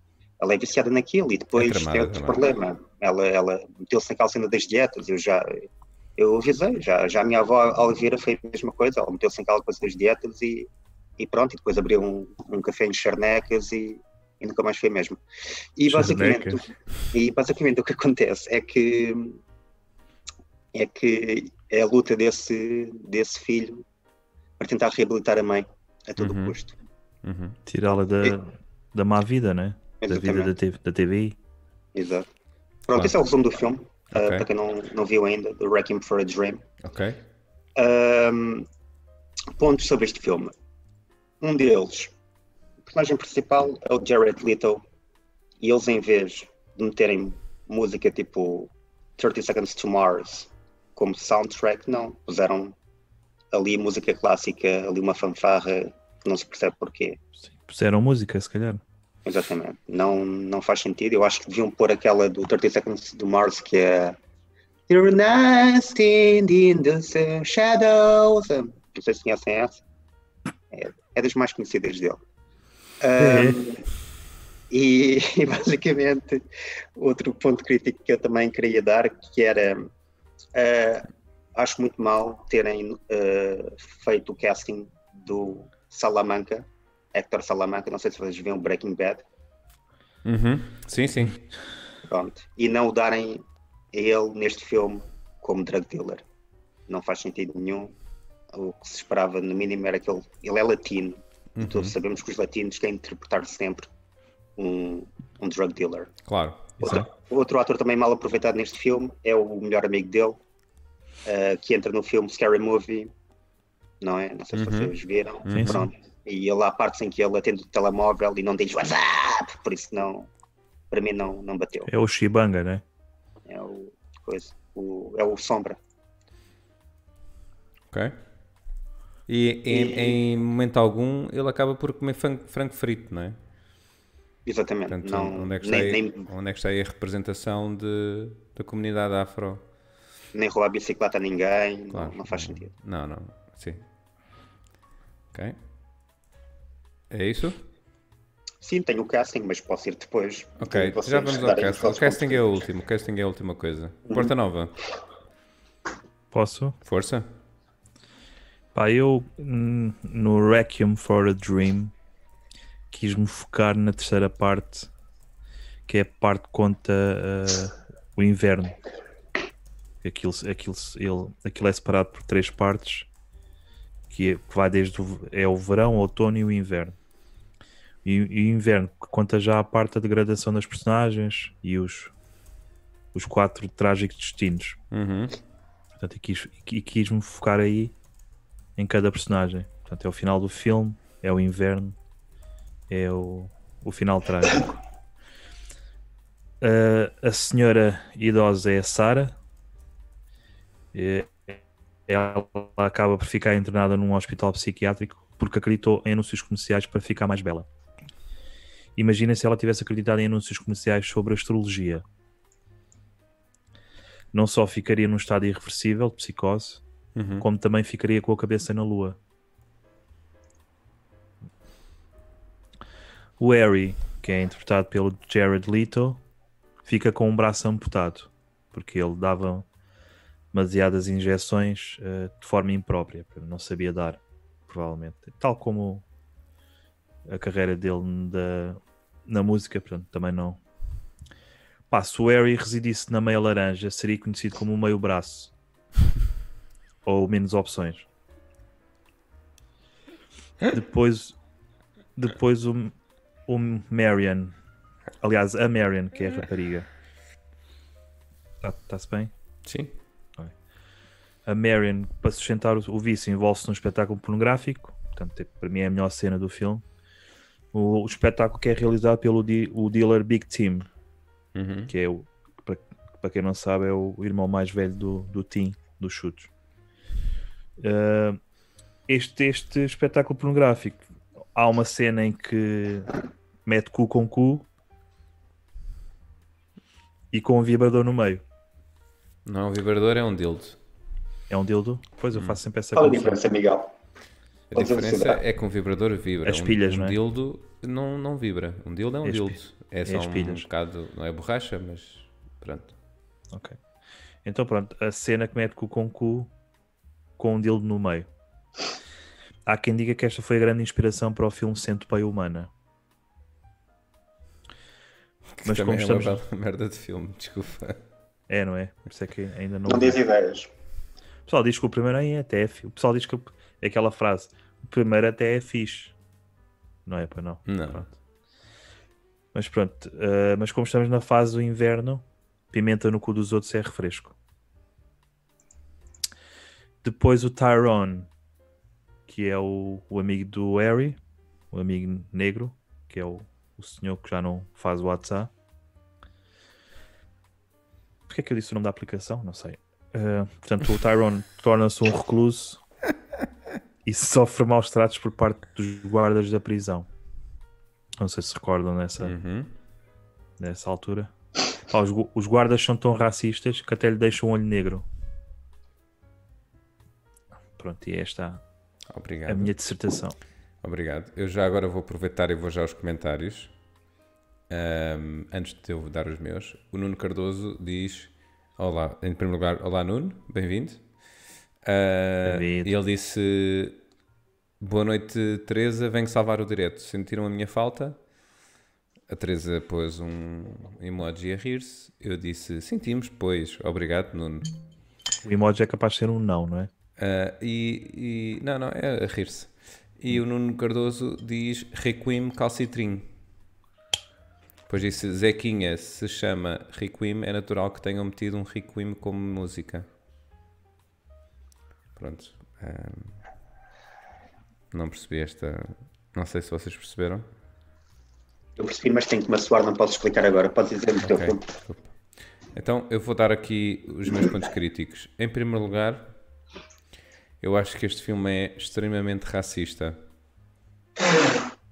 ela é viciada naquilo e depois
É tramada,
tem outro
tramada.
problema. Ela, ela meteu-se naquela cena das dietas. Eu já eu avisei, já, já a minha avó Oliveira fez a mesma coisa. Ela meteu-se naquela coisa das dietas e, e pronto. E depois abriu um, um café em Charnecas e, e nunca mais foi mesmo. E basicamente,
Charnecas.
e basicamente o que acontece é que é que é a luta desse, desse filho para tentar reabilitar a mãe a todo
Uhum.
custo.
Uhum.
Tirá-la da, da má vida, né? Da vida da,
Exatamente,
TV, da TVI.
exato.
Claro.
Pronto, esse é o resumo do filme, uh,
Ok.
para quem não, não viu ainda, The Wrecking for a Dream.
Ok.
Um, pontos sobre este filme. Um deles, o personagem principal é o Jared Leto, e eles, em vez de meterem música tipo 30 Seconds to Mars como soundtrack, não, puseram ali música clássica, ali uma fanfarra, que não se percebe porquê.
Sim, Puseram música, se calhar.
Exatamente. Não, não faz sentido. Eu acho que deviam pôr aquela do 30 Seconds do Mars que é. You're not standing in the sun- shadows. Não sei se conhecem essa. É, é das mais conhecidas dele. Ahm, e, e basicamente, outro ponto crítico que eu também queria dar, que era. ah, acho muito mal terem ah, feito o casting do Salamanca, Hector Salamanca. Não sei se vocês viram Breaking Bad.
Uhum. Sim, sim.
Pronto. E não o darem a ele neste filme como drug dealer. Não faz sentido nenhum. O que se esperava, no mínimo, era que ele, ele é latino. E
Uhum.
todos sabemos que os latinos querem interpretar sempre um, um drug dealer.
Claro.
Outro, outro ator também mal aproveitado neste filme é o melhor amigo dele, eh, que entra no filme Scary Movie, não é? Não sei se
Uhum.
vocês viram.
Sim,
Pronto. E ele há partes em que ele atende o telemóvel e não diz WhatsApp, por isso não, para mim não, não bateu.
É o Shibanga, né?
É o, coisa, o- é o Sombra.
Ok. E em, em momento algum ele acaba por comer fran- frango frito, não é?
Exatamente.
Portanto,
não,
onde, é que está
nem,
aí,
nem,
onde é que está aí a representação de, da comunidade afro?
nem rouba a bicicleta a ninguém, não-
Claro.
não, faz sentido.
Não, não. Sim. Ok. É isso?
Sim, tenho o casting, mas posso ir depois.
Ok,
Vocês
já vamos ao
darem os
casting. O
vossos
casting é o
pontos. Uhum.
último, o casting é a última coisa. Porta Nova,
Posso?
força.
Pá, eu hum, no Requiem for a Dream quis-me focar na terceira parte, que é a parte que conta ah, o inverno. Aquilo, aquilo, ele, aquilo é separado por três partes, que, é- que vai desde o, é o verão, o outono e o inverno. E, e o inverno que conta já a parte da degradação das personagens e os, os quatro trágicos destinos.
Uhum.
Portanto, e quis- e quis-me focar aí em cada personagem. Portanto, é o final do filme, é o inverno, é o, o final trágico. Ah, A- a senhora idosa é a Sara. É- Ela acaba por ficar internada num hospital psiquiátrico porque acreditou em anúncios comerciais para ficar mais bela. Imagina se ela tivesse acreditado em anúncios comerciais sobre astrologia não só ficaria num estado irreversível de psicose,
Uhum.
como também ficaria com a cabeça na lua. O Harry, que é interpretado pelo Jared Leto, fica com um braço amputado, porque ele dava demasiadas injeções eh, de forma imprópria, porque não sabia dar, provavelmente. Tal como a carreira dele da- na música, portanto, também não. Pá, se o Harry residisse na meia laranja, seria conhecido como o meio braço ou menos opções. Depois, depois o, o Marion, aliás, a Marion, que é a rapariga. Está-se bem?
Sim.
A Marion, para sustentar o, o vício, envolve-se num espetáculo pornográfico. Portanto, é- para mim é a melhor cena do filme. O, o espetáculo que é realizado pelo de- o dealer Big Tim,
Uhum.
que é o para, para quem não sabe é o irmão mais velho do, do Tim dos chutes Ah, este, este espetáculo pornográfico há uma cena em que mete cu com cu e com um vibrador no meio
Não, o vibrador é um dildo.
é um dildo? pois eu faço sempre essa
Qual a
confusão
diferença, Miguel?
A
Podes
diferença
elucidar.
é que um vibrador vibra.
As
Um-
pilhas,
um,
não é?
dildo não, não vibra. Um dildo é um
É as
dildo.
pi-
É só
as
um
pilhas.
bocado. Não é borracha, mas pronto.
Ok. Então pronto, a cena que mete cu com cu com um dildo no meio. Há quem diga que esta foi a grande inspiração para o filme Centopeia Humana.
Que
Mas como
também
estamos...
é uma bela merda de filme, desculpa.
É, não é? Por isso é que ainda não...
Não tens ideias.
O pessoal diz que o primeiro é até é fi- O pessoal diz que é aquela frase. O primeiro até é fixe. Não é para não.
Não.
Pronto. Mas pronto. eh, mas como estamos na fase do inverno, pimenta no cu dos outros é refresco. Depois o Tyrone, que é o, o amigo do Harry, o amigo negro, que é o, o senhor que já não faz o WhatsApp. Porquê é que eu disse o nome da aplicação? Não sei. Eh, portanto, o Tyrone torna-se um recluso e sofre maus tratos por parte dos guardas da prisão. Não sei se recordam nessa,
Uhum.
nessa altura. Pá, os, gu- os guardas são tão racistas que até lhe deixam o olho negro. Pronto, e esta é
Obrigado.
a minha dissertação.
Obrigado. Eu já agora vou aproveitar e vou já aos comentários. Ahm, antes de eu dar os meus, o Nuno Cardoso diz: Olá, em primeiro lugar, olá Nuno, bem-vindo. Ah,
Bem-vindo.
e ele disse: Boa noite, Teresa, venho salvar o direto. Sentiram a minha falta? A Teresa pôs um emoji a rir-se. Eu disse: Sentimos, pois, obrigado, Nuno.
O emoji é capaz de ser um não, não é?
Ah, e, e- Não, não, é a rir-se. E o Nuno Cardoso diz Requiem Calcitrim. Pois disse Zequinha se chama Requiem, é natural que tenham metido um Requiem como música. Pronto. ah, não percebi esta. Não sei se vocês perceberam.
Eu percebi, mas tenho que me assoar, não posso explicar agora. Podes dizer o teu
Ok,
filme.
desculpa. Então, eu vou dar aqui os meus pontos críticos. Em primeiro lugar, eu acho que este filme é extremamente racista.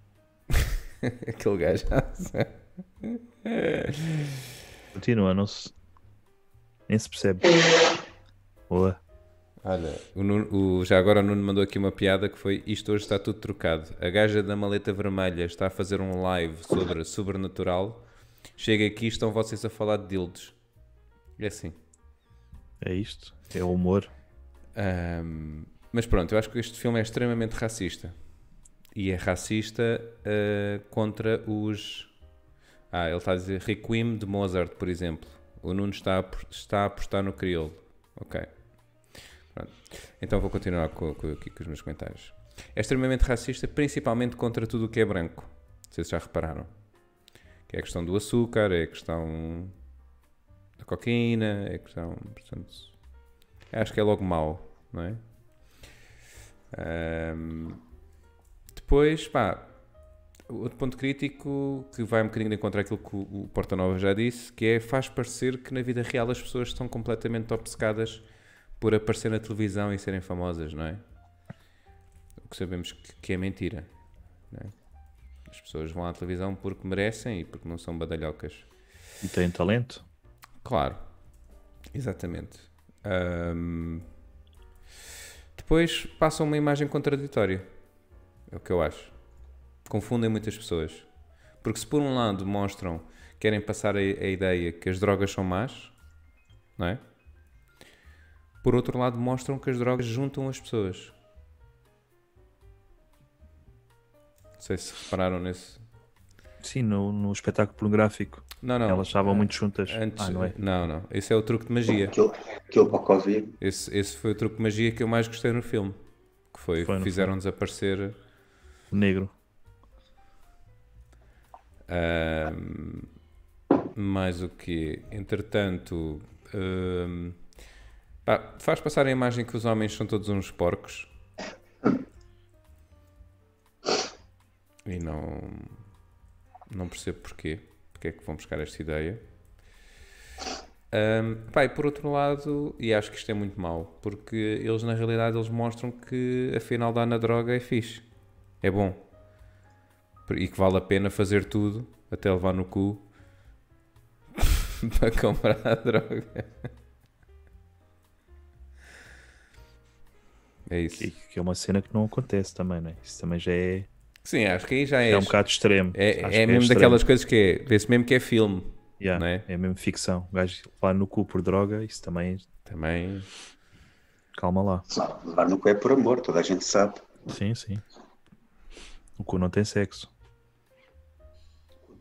Aquele gajo.
Continua, não se. Nem se percebe. Boa.
Olha, o Nuno- o- já agora o Nuno mandou aqui uma piada que foi Isto hoje está tudo trocado. A gaja da maleta vermelha está a fazer um live sobre sobrenatural. Chega aqui e estão vocês a falar de dildos. É assim.
É isto. É o humor.
Ahm, mas pronto, eu acho que este filme é extremamente racista. E é racista ah, contra os. Ah, ele está a dizer Requiem de Mozart, por exemplo. O Nuno está a, apos- está a apostar no crioulo. Ok. Pronto. Então vou continuar co- co- aqui com os meus comentários. É extremamente racista, principalmente contra tudo o que é branco. Não sei se já repararam. Que é a questão do açúcar, é a questão da cocaína, é a questão. Portanto, Acho que é logo mau, não é? Ahm, depois, pá, outro ponto crítico que vai um bocadinho de encontro àquilo que o o Porta Nova já disse, que é faz parecer que na vida real as pessoas estão completamente obcecadas por aparecer na televisão e serem famosas, não é? O que sabemos que, que é mentira. não é? As pessoas vão à televisão porque merecem e porque não são badalhocas.
E tem talento.
Claro, exatamente. Ahm, depois passam uma imagem contraditória. É o que eu acho. Confundem muitas pessoas. Porque se por um lado mostram, querem passar a, a ideia que as drogas são más, não é? Por outro lado mostram que as drogas juntam as pessoas. Não sei se repararam nesse.
Sim, no, no espetáculo pornográfico.
Não, não.
Elas estavam muito juntas.
Antes...
Ah, não é?
Não, não. Esse é o truque de magia.
Aquilo, aquilo para o Covid.
Esse, esse foi o truque de magia que eu mais gostei no filme. Que foi,
Foi no
fizeram desaparecer.
O negro.
Ahm, mais o que? Entretanto, ahm, pá, faz passar a imagem que os homens são todos uns porcos. E não, não percebo porquê. Porque é que vão buscar esta ideia. Ahm, pá, e por outro lado, e acho que isto é muito mau, porque eles na realidade eles mostram que afinal dar na droga é fixe. É bom e que vale a pena fazer tudo até levar no cu para comprar a droga. É isso.
Que, que é uma cena que não acontece também, não é? Isso também já é,
Sim, acho que aí já é.
é um bocado extremo.
é,
Acho
é
que
mesmo
extremo.
daquelas coisas que é. Vê-se mesmo que é filme.
Yeah,
não é?
é mesmo ficção. O gajo lá no cu por droga, isso também.
Também.
Calma lá.
Não, levar no cu é por amor, toda a gente sabe.
Sim, sim. O cu não tem sexo.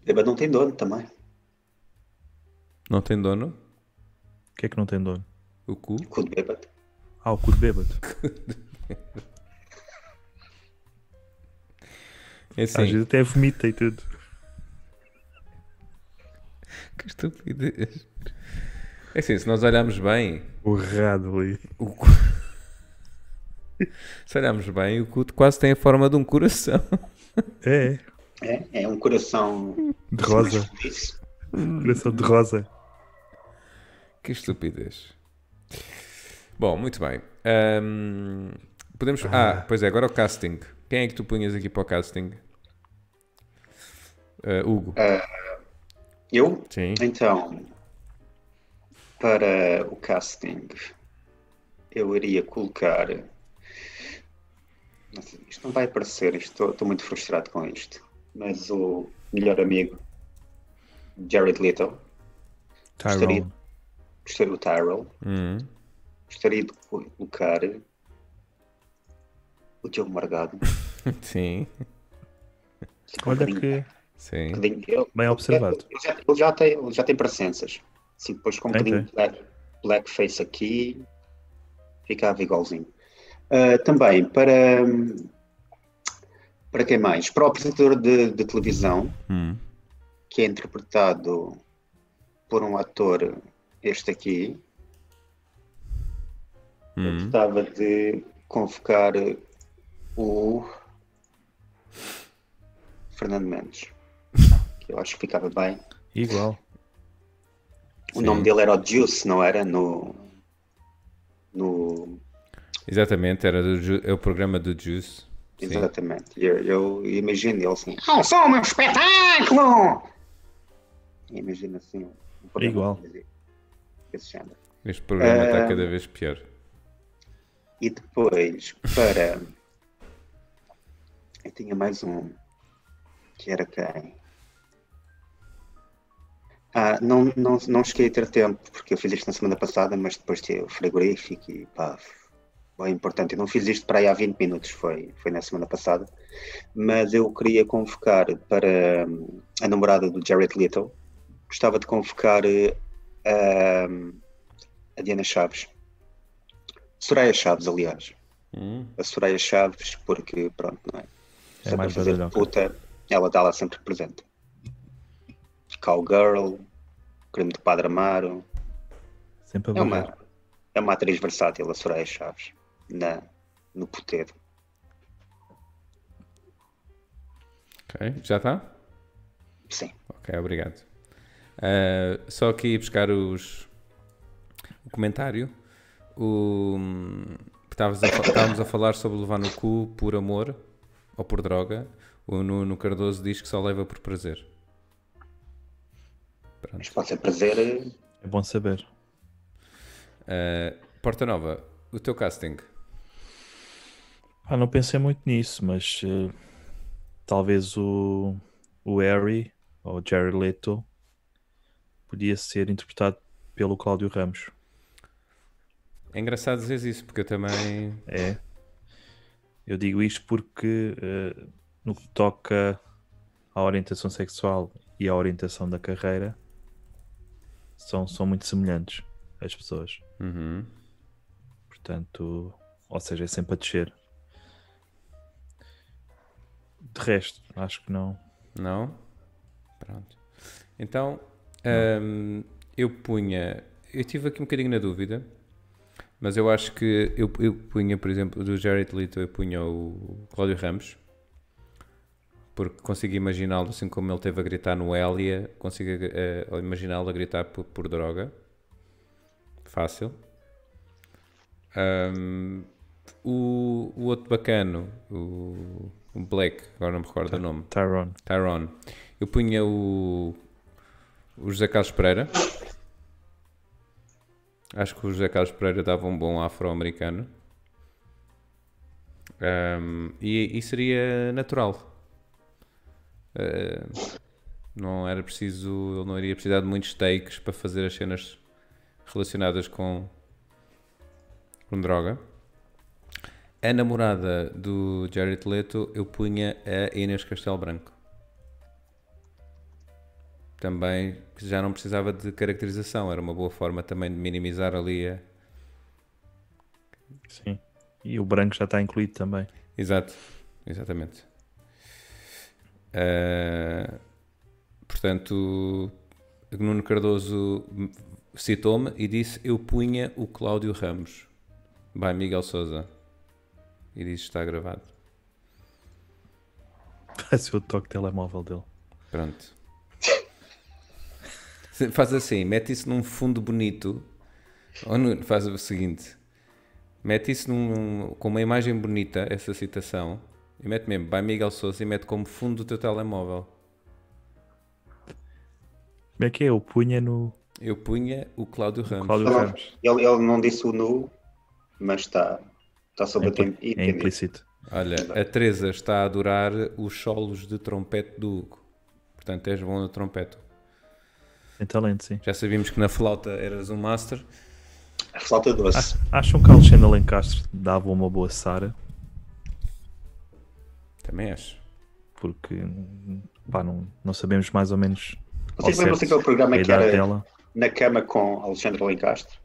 Beba não tem dono também.
Não tem dono?
O que é que não tem dono?
O cu?
Cu de bêbado.
Ah, o cu de bêbado.
É
Às
assim.
vezes até vomita e tudo.
Que estupidez. É assim, se nós olharmos bem,
Borrado ali.
o cu. Se olharmos bem, o cu quase tem a forma de um coração.
É, é.
É, é um coração
de rosa.
mais feliz.
Coração de rosa.
Que estupidez. Bom, muito bem. Ahm, podemos. Ah, pois é, agora o casting. Quem é que tu punhas aqui para o casting? Ah, Hugo.
Eu?
Sim.
Então, para o casting, eu iria colocar. Não sei, Isto não vai aparecer, estou, estou muito frustrado com isto. Mas o melhor amigo, Jared Little, Gostaria.
Tyrone.
gostaria do Tyrell,
Hum.
gostaria de colocar o Diogo Margado.
Sim.
Assim, um
Olha
bocadinho-
que.
Sim.
um bocadinho- ele-
Bem observado.
Ele já, ele já tem, ele já tem presenças. Assim, depois com um
Tem,
bocadinho de black- blackface aqui, ficava igualzinho. Ah, também para, para quem mais? Para o apresentador de, de televisão,
Hum.
que é interpretado por um ator, este aqui, eu
Hum.
gostava de convocar o Fernando Mendes, que eu acho que ficava bem.
Igual.
O
Sim.
nome dele era o Juice, não era? No. No.
Exatamente, era do Ju- é o programa do Juice. Sim.
Exatamente. E Eu, eu imagino ele assim. Não sou um espetáculo! Imagino assim. um programa
Igual.
de televisão Desse género.
Este programa está cada vez pior.
E depois para. Eu tinha mais um. Que era quem? Ah, não, não, não cheguei a ter tempo, porque eu fiz isto na semana passada, mas depois tinha o frigorífico e pá, bem importante. Eu não fiz isto para aí há 20 minutos, foi, foi na semana passada. Mas eu queria convocar para hum, a namorada do Jared Little, gostava de convocar eh, a, a Diana Chaves. Soraya Chaves, aliás
Hum.
a Soraya Chaves, porque pronto, não é?
É
Se
mais
fazer de
badalhoca.
puta, ela está lá sempre presente. Cowgirl, Crime de Padre Amaro.
Sempre a
É
borrar.
uma, é uma atriz versátil, a Soraya Chaves, na, no puteiro.
Ok, já está?
Sim.
Ok, obrigado. Ah, só aqui buscar os o comentário. O estavas a fa- estávamos a falar sobre levar no cu por amor ou por droga. O Nuno Cardoso diz que só leva por prazer.
Mas pode ser prazer. eh,
É bom saber.
Eh, Ah, Porta Nova, o teu casting.
Ah, não pensei muito nisso, mas eh, talvez o, o Harry ou Jerry Leto podia ser interpretado pelo Cláudio Ramos.
É engraçado dizer isso, porque eu também.
É. Eu digo isto porque eh, no que toca à orientação sexual e à orientação da carreira são, são muito semelhantes as pessoas.
Uhum.
Portanto, ou seja, é sempre a descer. De resto, acho que não.
Não? Pronto. Então, ahm, eu punha. Eu estive aqui um bocadinho na dúvida, mas eu acho que eu, eu punha, por exemplo, do Jared Leto, eu punha o Cláudio Ramos, porque consigo imaginá-lo assim como ele teve a gritar no Hélia, consigo eh, imaginá-lo a gritar por, por droga. Fácil. Ahm, o, o outro bacano, o, o Black, agora não me recordo o nome.
Tyrone.
Tyrone. Eu punha o, o José Carlos Pereira. Acho que o José Carlos Pereira dava um bom afro-americano. Ahm, e, e seria natural. Ah, não era preciso. Ele não iria precisar de muitos takes para fazer as cenas relacionadas com, com droga. A namorada do Jared Leto eu punha a Inês Castelo Branco também que já não precisava de caracterização, era uma boa forma também de minimizar ali a.
Sim. E o branco já está incluído também.
Exato, exatamente. Ah, portanto, Nuno Cardoso citou-me e disse: Eu punha o Cláudio Ramos, by Miguel Souza. E disse: Está gravado.
Parece o toque telemóvel dele.
Pronto. Se- Faz assim, mete isso num fundo bonito. Ou no- faz o seguinte: mete isso num- com uma imagem bonita, essa citação, e mete mesmo, vai Miguel Souza e mete como fundo do teu telemóvel.
Como é que é? Eu punha no
Eu punha o Cláudio Ramos.
Cláudio
Não,
Ramos.
tá Ele, ele não disse o nu, mas tá, está está
É,
sobre a
impli-
tempo.
é implícito.
Olha, a Teresa está a adorar os solos de trompete do Hugo. Portanto, és bom no trompete.
Tem talento, sim.
Já sabíamos que na flauta eras um master.
A flauta doce.
Acham que Alexandre Alencastre dava uma boa Sara?
Também és.
Porque hum, pá, não, não sabemos mais ou menos. ao
Vocês lembram-se
certo
daquele programa
a
que
idade
era-
dela?
Na cama com Alexandre Alencastre.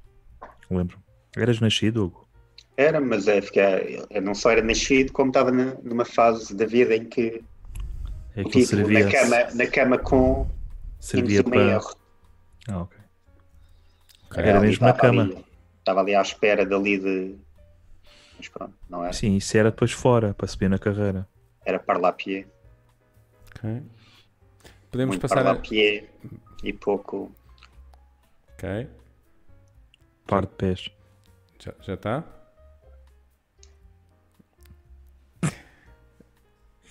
Lembro. Eras nascido, Hugo?
Era, mas é, fiquei, eu não só era nascido, como estava na- numa fase da vida em que
É
o
aquilo que
título
servia,
Tipo, na cama, na cama com
servia
Inês
para.
Maior.
Ah, ok.
Ok.
Era mesmo na
Estava
cama.
ali- estava ali à espera dali de. Mas pronto, não era.
Sim, isso era depois fora, para subir na carreira.
Era parlapier.
Ok. Podemos
Muito
passar a.
parlapier é e pouco.
Ok.
Par de pés.
Já, já tá? está?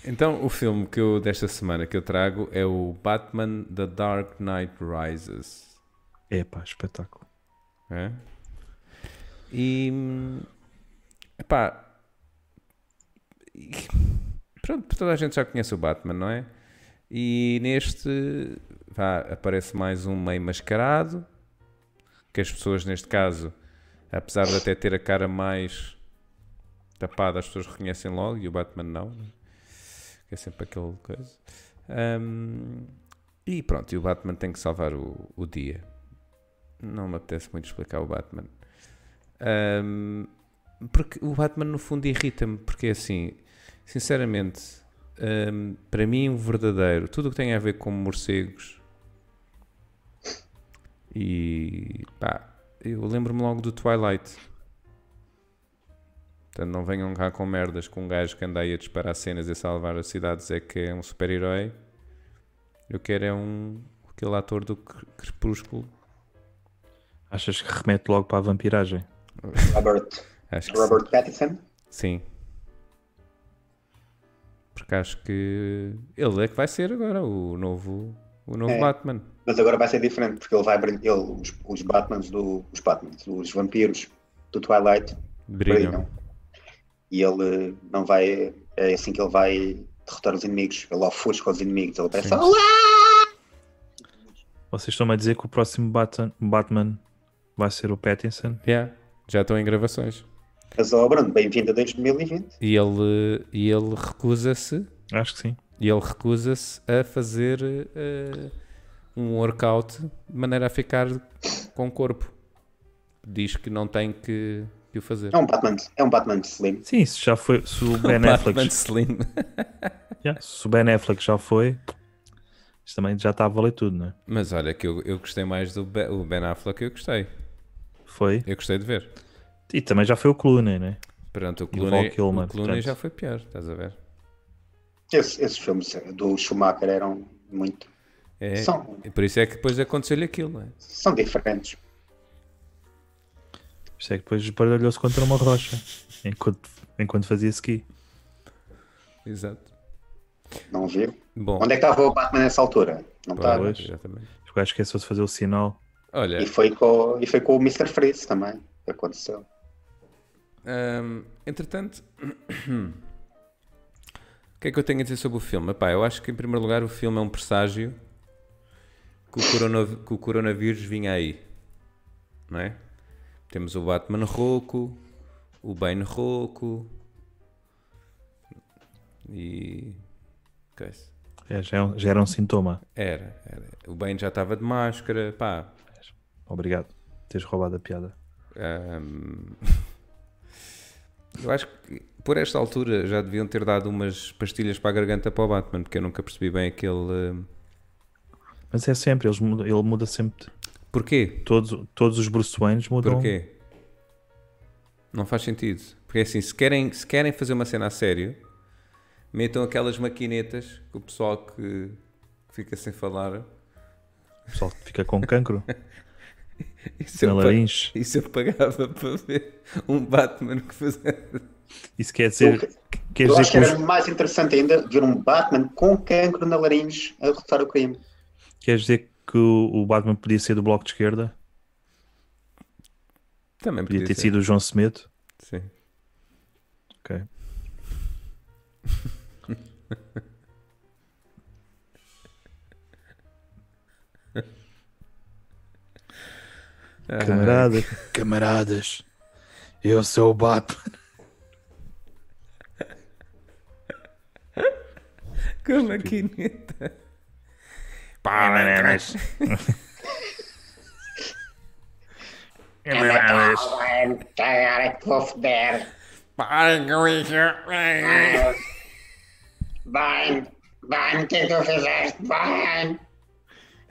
Então, o filme que eu desta semana que eu trago é o Batman The Dark Knight Rises.
É pá, espetáculo.
É? E. hum, Epá. e- Pronto, toda a gente já conhece o Batman, não é? E neste. Vá, aparece mais um meio mascarado. Que as pessoas, neste caso, apesar de até ter a cara mais tapada, as pessoas reconhecem logo. E o Batman não. né? Que é sempre aquele coisa. Hum, e pronto, e o Batman tem que salvar o- o dia não me apetece muito explicar o Batman. Ahm, porque o Batman, no fundo, irrita-me. Porque é assim, sinceramente, ahm, para mim, o verdadeiro, tudo o que tem a ver com morcegos e pá, eu lembro-me logo do Twilight. Portanto, não venham cá com merdas com um gajo que anda aí a disparar cenas e a salvar as cidades é que é um super-herói. Eu quero é um aquele ator do Cre- Crepúsculo
Achas que remete logo para a vampiragem?
Robert,
Acho que sim.
Robert Pattinson.
sim. Porque acho que ele é que vai ser agora o novo, o novo
É.
Batman.
Mas agora vai ser diferente, porque ele vai brin- ele, os, os Batmans do. Os Batmans, os vampiros do Twilight
Brilham.
brilham. e ele não vai. É assim que ele vai derrotar os inimigos. Ele ofusca os inimigos. Ele pensa:
Sim.
Olá!
Vocês estão-me a dizer que o próximo Batman, Batman vai ser o Pattinson?
Yeah, já estão em gravações.
Mas, ó, Bruno, bem-vindo a 2020.
E ele, e ele recusa-se
Acho que sim.
e ele recusa-se a fazer eh, um workout de maneira a ficar com o corpo. Diz que não tem que, que o fazer.
É um Batman, é um Batman slim.
Sim, se já foi. Se o Ben
Batman
Affleck.
Slim.
Yeah, se o Ben Affleck já foi, isto também já está a valer tudo, não é?
Mas olha, que eu, eu gostei mais do Be- o Ben Affleck, eu gostei.
Foi.
Eu gostei de ver.
E também já foi o Clooney, não é?
Pronto, o
E o Val
Clooney,
Kilmer,
o Clooney
portanto.
já foi pior, estás a ver?
Esses, esses filmes do Schumacher eram muito.
É,
São.
e Por isso é que depois aconteceu-lhe aquilo, não é?
São diferentes.
Isto é que depois baralhou-se contra uma rocha enquanto, enquanto fazia ski.
Exato.
Não viu?
Bom,
Onde é que estava o Batman nessa altura? Não
pois,
estava.
Pois.
exatamente.
O gajo esqueceu-se de é fazer o sinal.
Olha,
E foi, com, e foi com o Mr. Freeze também. que Aconteceu.
Ahm, hum, entretanto, o que é que eu tenho a dizer sobre o filme? Epá, eu acho que, em primeiro lugar, o filme é um presságio que o, coronav- que o coronavírus vinha aí. Não é? Temos o Batman rouco, o Bane rouco e. que é isso?
É, já, é um- já era um sintoma.
Era, era. O Bane já estava de máscara, pá.
Obrigado por teres roubado a piada.
Ahm, Eu acho que por esta altura já deviam ter dado umas pastilhas para a garganta para o Batman, porque eu nunca percebi bem aquele. eh, ahm,
Mas é sempre, eles mudam- ele muda sempre.
Porquê?
Todos, todos os Bruce Wayne mudam.
Porquê? Não faz sentido. Porque assim, se querem, se querem fazer uma cena a sério, metam aquelas maquinetas que o pessoal que, que fica sem falar.
O pessoal que fica com cancro
Isso
na
eu, pa-
laringe.
isso eu pagava para ver um Batman que fazia.
Isso quer dizer, quer
Eu
dizer
acho que
que,
era
os,
mais interessante ainda ver um Batman com cancro na laringe a derrotar o crime.
quer dizer que o o Batman podia ser do bloco de esquerda?
Também
Podia
podia
ter
ser.
sido o João Semedo?
Sim.
Ok. Camarada.
Camaradas, eu sou o Batman.
Com a maquineta.
Bananas.
Cara, que vou foder. Bem, bem, o que é que tu fizeste? Bem.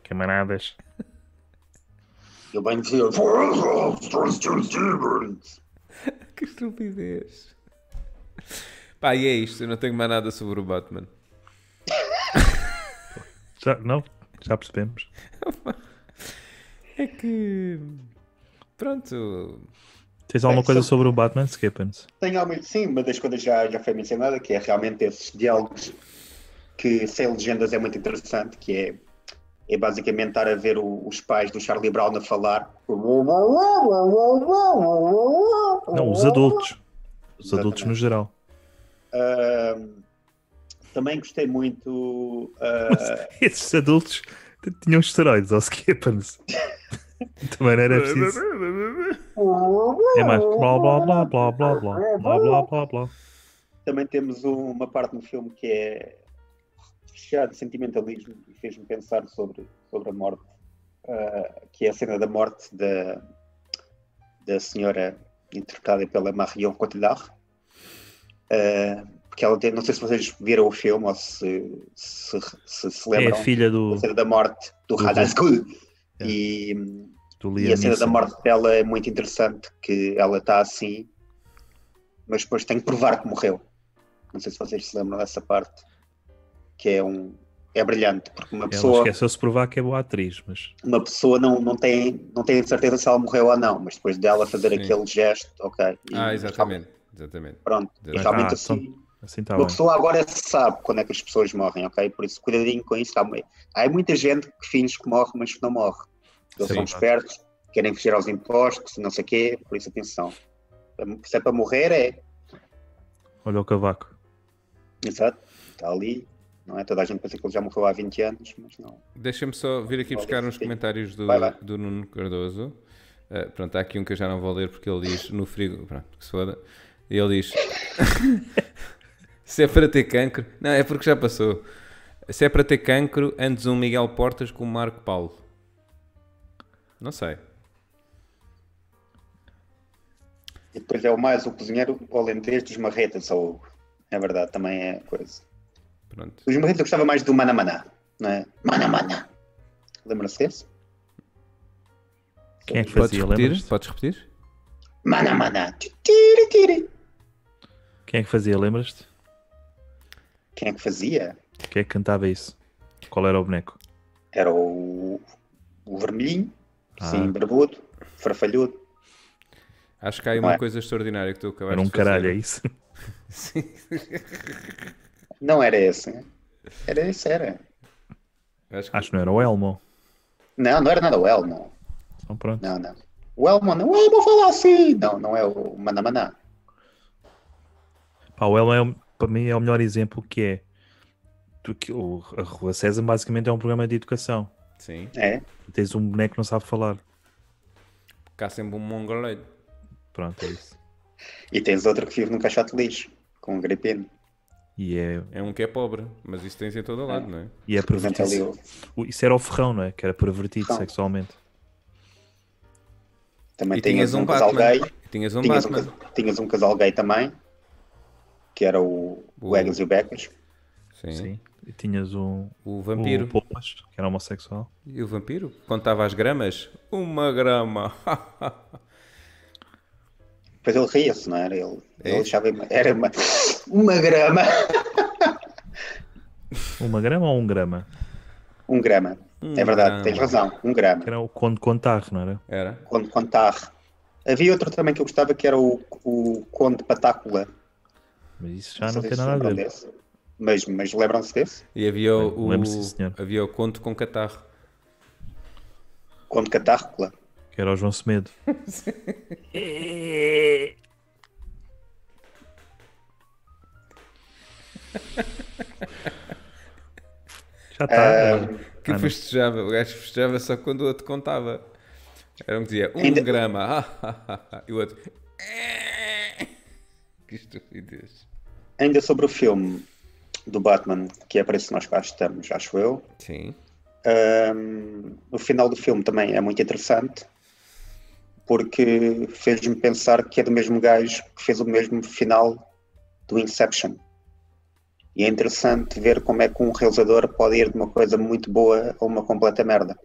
Camaradas.
Eu bem dizia.
Que estupidez. Pá, e é isto. Eu não tenho mais nada sobre o Batman.
Já, não, já percebemos.
É que. Pronto.
Tens alguma
Bem,
coisa
só-
sobre o Batman Skippens?
Tenho realmente, sim, uma das coisas já, já foi mencionada, que é realmente esses diálogos que sem legendas é muito interessante, que é, é basicamente estar a ver o- os pais do Charlie Brown a falar.
Não,
Não,
os adultos. Os adultos
Oh. Exatamente.
no geral.
também gostei muito. ah,
Esses adultos t- tinham esteroides ao Skippens. Também não era preciso. É mais blá blá blá blá blá blá blá blá blá blá.
também temos um- uma parte no filme que é recheada de sentimentalismo e fez-me pensar sobre, sobre a morte, ah, que é a cena da morte da, da senhora interpretada pela Marion Cotillard, Ah, porque ela tem, não sei se vocês viram o filme ou se se, se, se
É a
lembram,
filha do,
a cena da morte do
do-
Radascul.
É.
E
do
e
Liam
a cena da
Neeson.
morte dela é muito interessante, que ela está assim, mas depois tem que provar que morreu. Não sei se vocês se lembram dessa parte, que é um é brilhante, porque uma
Ela
pessoa,
esqueceu-se de provar que é boa atriz, mas
uma pessoa não, não, tem, não tem certeza se ela morreu ou não, mas depois dela fazer
Sim.
aquele gesto, ok. e
Ah, exatamente. Exatamente.
Pronto, e
Ah,
realmente
então,
assim,
assim está
uma
bem.
pessoa agora sabe quando é que as pessoas morrem, ok? Por isso, cuidadinho com isso. Há, mu- há muita gente que finge que morre, mas que não morre. Eles
Sim.
são espertos, querem fugir aos impostos, não sei o quê, por isso, atenção. Se é para morrer, é.
Olha o cavaco.
Exato, está ali. Não é? Toda a gente pensa que ele já morreu há 20 anos, mas não.
Deixa-me só vir aqui
Olha,
buscar uns
sim.
comentários do,
Vai lá.
do Nuno Cardoso. Ah, pronto, há aqui um que eu já não vou ler porque ele diz no frigo. Pronto, que se foda. E ele diz: Se é para ter cancro. Não, é porque já passou. Se é para ter cancro, antes um Miguel Portas com o Marco Paulo. Não sei.
E depois é o mais o cozinheiro holandês dos marretas, ou é verdade, também é coisa.
Pronto.
Os marretas eu gostava mais do Manamaná, não é? Manamaná. Lembra-se desse?
Quem é que
Podes
fazia?
repetir?
Lembras?
Podes repetir?
Manamaná. Tiri, tiri.
Quem é que fazia? Lembras-te?
Quem é que fazia?
Quem é que cantava isso? Qual era o boneco?
Era o, o vermelhinho,
Ah.
sim, barbudo, farfalhudo.
Acho que há aí
Não
uma
é.
coisa extraordinária que tu acabaste
Era um
de fazer.
caralho, é isso?
Sim.
Não era esse, né? Era esse, era.
Acho que
Acho que não era o Elmo.
Não, não era nada o Elmo.
Então pronto.
Não, não. O Elmo, não. O Elmo fala assim. Não, não é o Manamaná.
Pá, o Elmo é, o- para mim é o melhor exemplo que é. do que- o, a Rua César basicamente é um programa de educação.
sim.
É.
Tens um boneco que não sabe falar.
Porque há sempre um mongoloide.
Pronto, é isso.
E tens outro que vive num caixote de lixo, com um gripino.
E é,
É um que é pobre, mas isso tens em todo lado, não é?
e é
Portanto, ali
pervertido.
o-
O- Isso era o ferrão, não é? Que era pervertido
Ferrão.
sexualmente.
também
E tinhas um
casal
Batman.
gay.
E Tinhas um
Tinhas um,
Batman.
cas- tinhas um casal gay também, que era o, o
O-
Eggs e o Becas.
Sim.
Sim. E tinhas um.
O
um
vampiro.
Popas, que era homossexual.
E o vampiro? Contava as gramas? Uma grama.
Depois ele ria-se, não era? Ele,
É.
ele achava. Era uma, uma grama.
Uma grama ou um grama?
Um grama.
Um
é verdade,
grama.
tens razão. Um grama.
Que era o Conde Contar, não era?
Era?
Conde Contar. Havia outro também que eu gostava que era o, o Conde Patácula.
Mas isso já
sei
não
se
tem nada a
lembram
ver.
desse. Mas, mas lembram-se desse?
E havia o,
Lembro, sim, senhor.
havia o conto com catarro.
Conde Catácula.
Que era o João Semedo. Já tá, está.
É,
Que
Ah, não.
festejava. O gajo festejava só quando o outro contava. Era um que dizia, um
Ainda-
grama. e o outro... "É." que estupidez.
Ainda sobre o filme do Batman, que é para isso que nós cá estamos, acho eu.
Sim.
Ahm, o final do filme também é muito interessante, porque fez-me pensar que é do mesmo gajo que fez o mesmo final do Inception. E é interessante ver como é que um realizador pode ir de uma coisa muito boa a uma completa merda.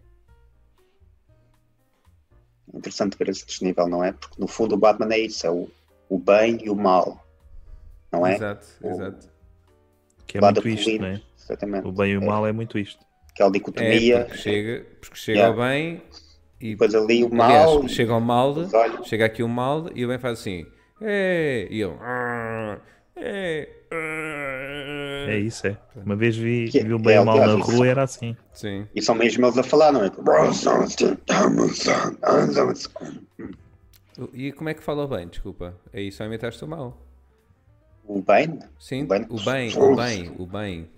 É interessante ver esse desnível, não é? Porque no fundo o Batman é isso, é o, o bem e o mal, não é?
Exato,
O-
exato.
Que é
Lado
muito isto,
apelido,
não é?
Exatamente.
O bem e o mal é muito isto.
Aquela
É,
dicotomia,
porque chega, porque chega
Yeah.
ao bem e
depois ali o
Aliás,
mal.
chega ao mal,
os olhos.
chega aqui o mal e o bem faz assim. "É", E eu. "Ah, é, ah".
É isso, é. Uma vez vi,
Que-
vi um
que
bem
é
e mal na
aliás, isso.
rua, era assim.
Sim.
E são mesmo eles a falar, não é?
E como é que fala o bem? Desculpa. Aí só imitaste o mal.
O Bane?
Sim,
O bem?
o bem, o bem, o bem.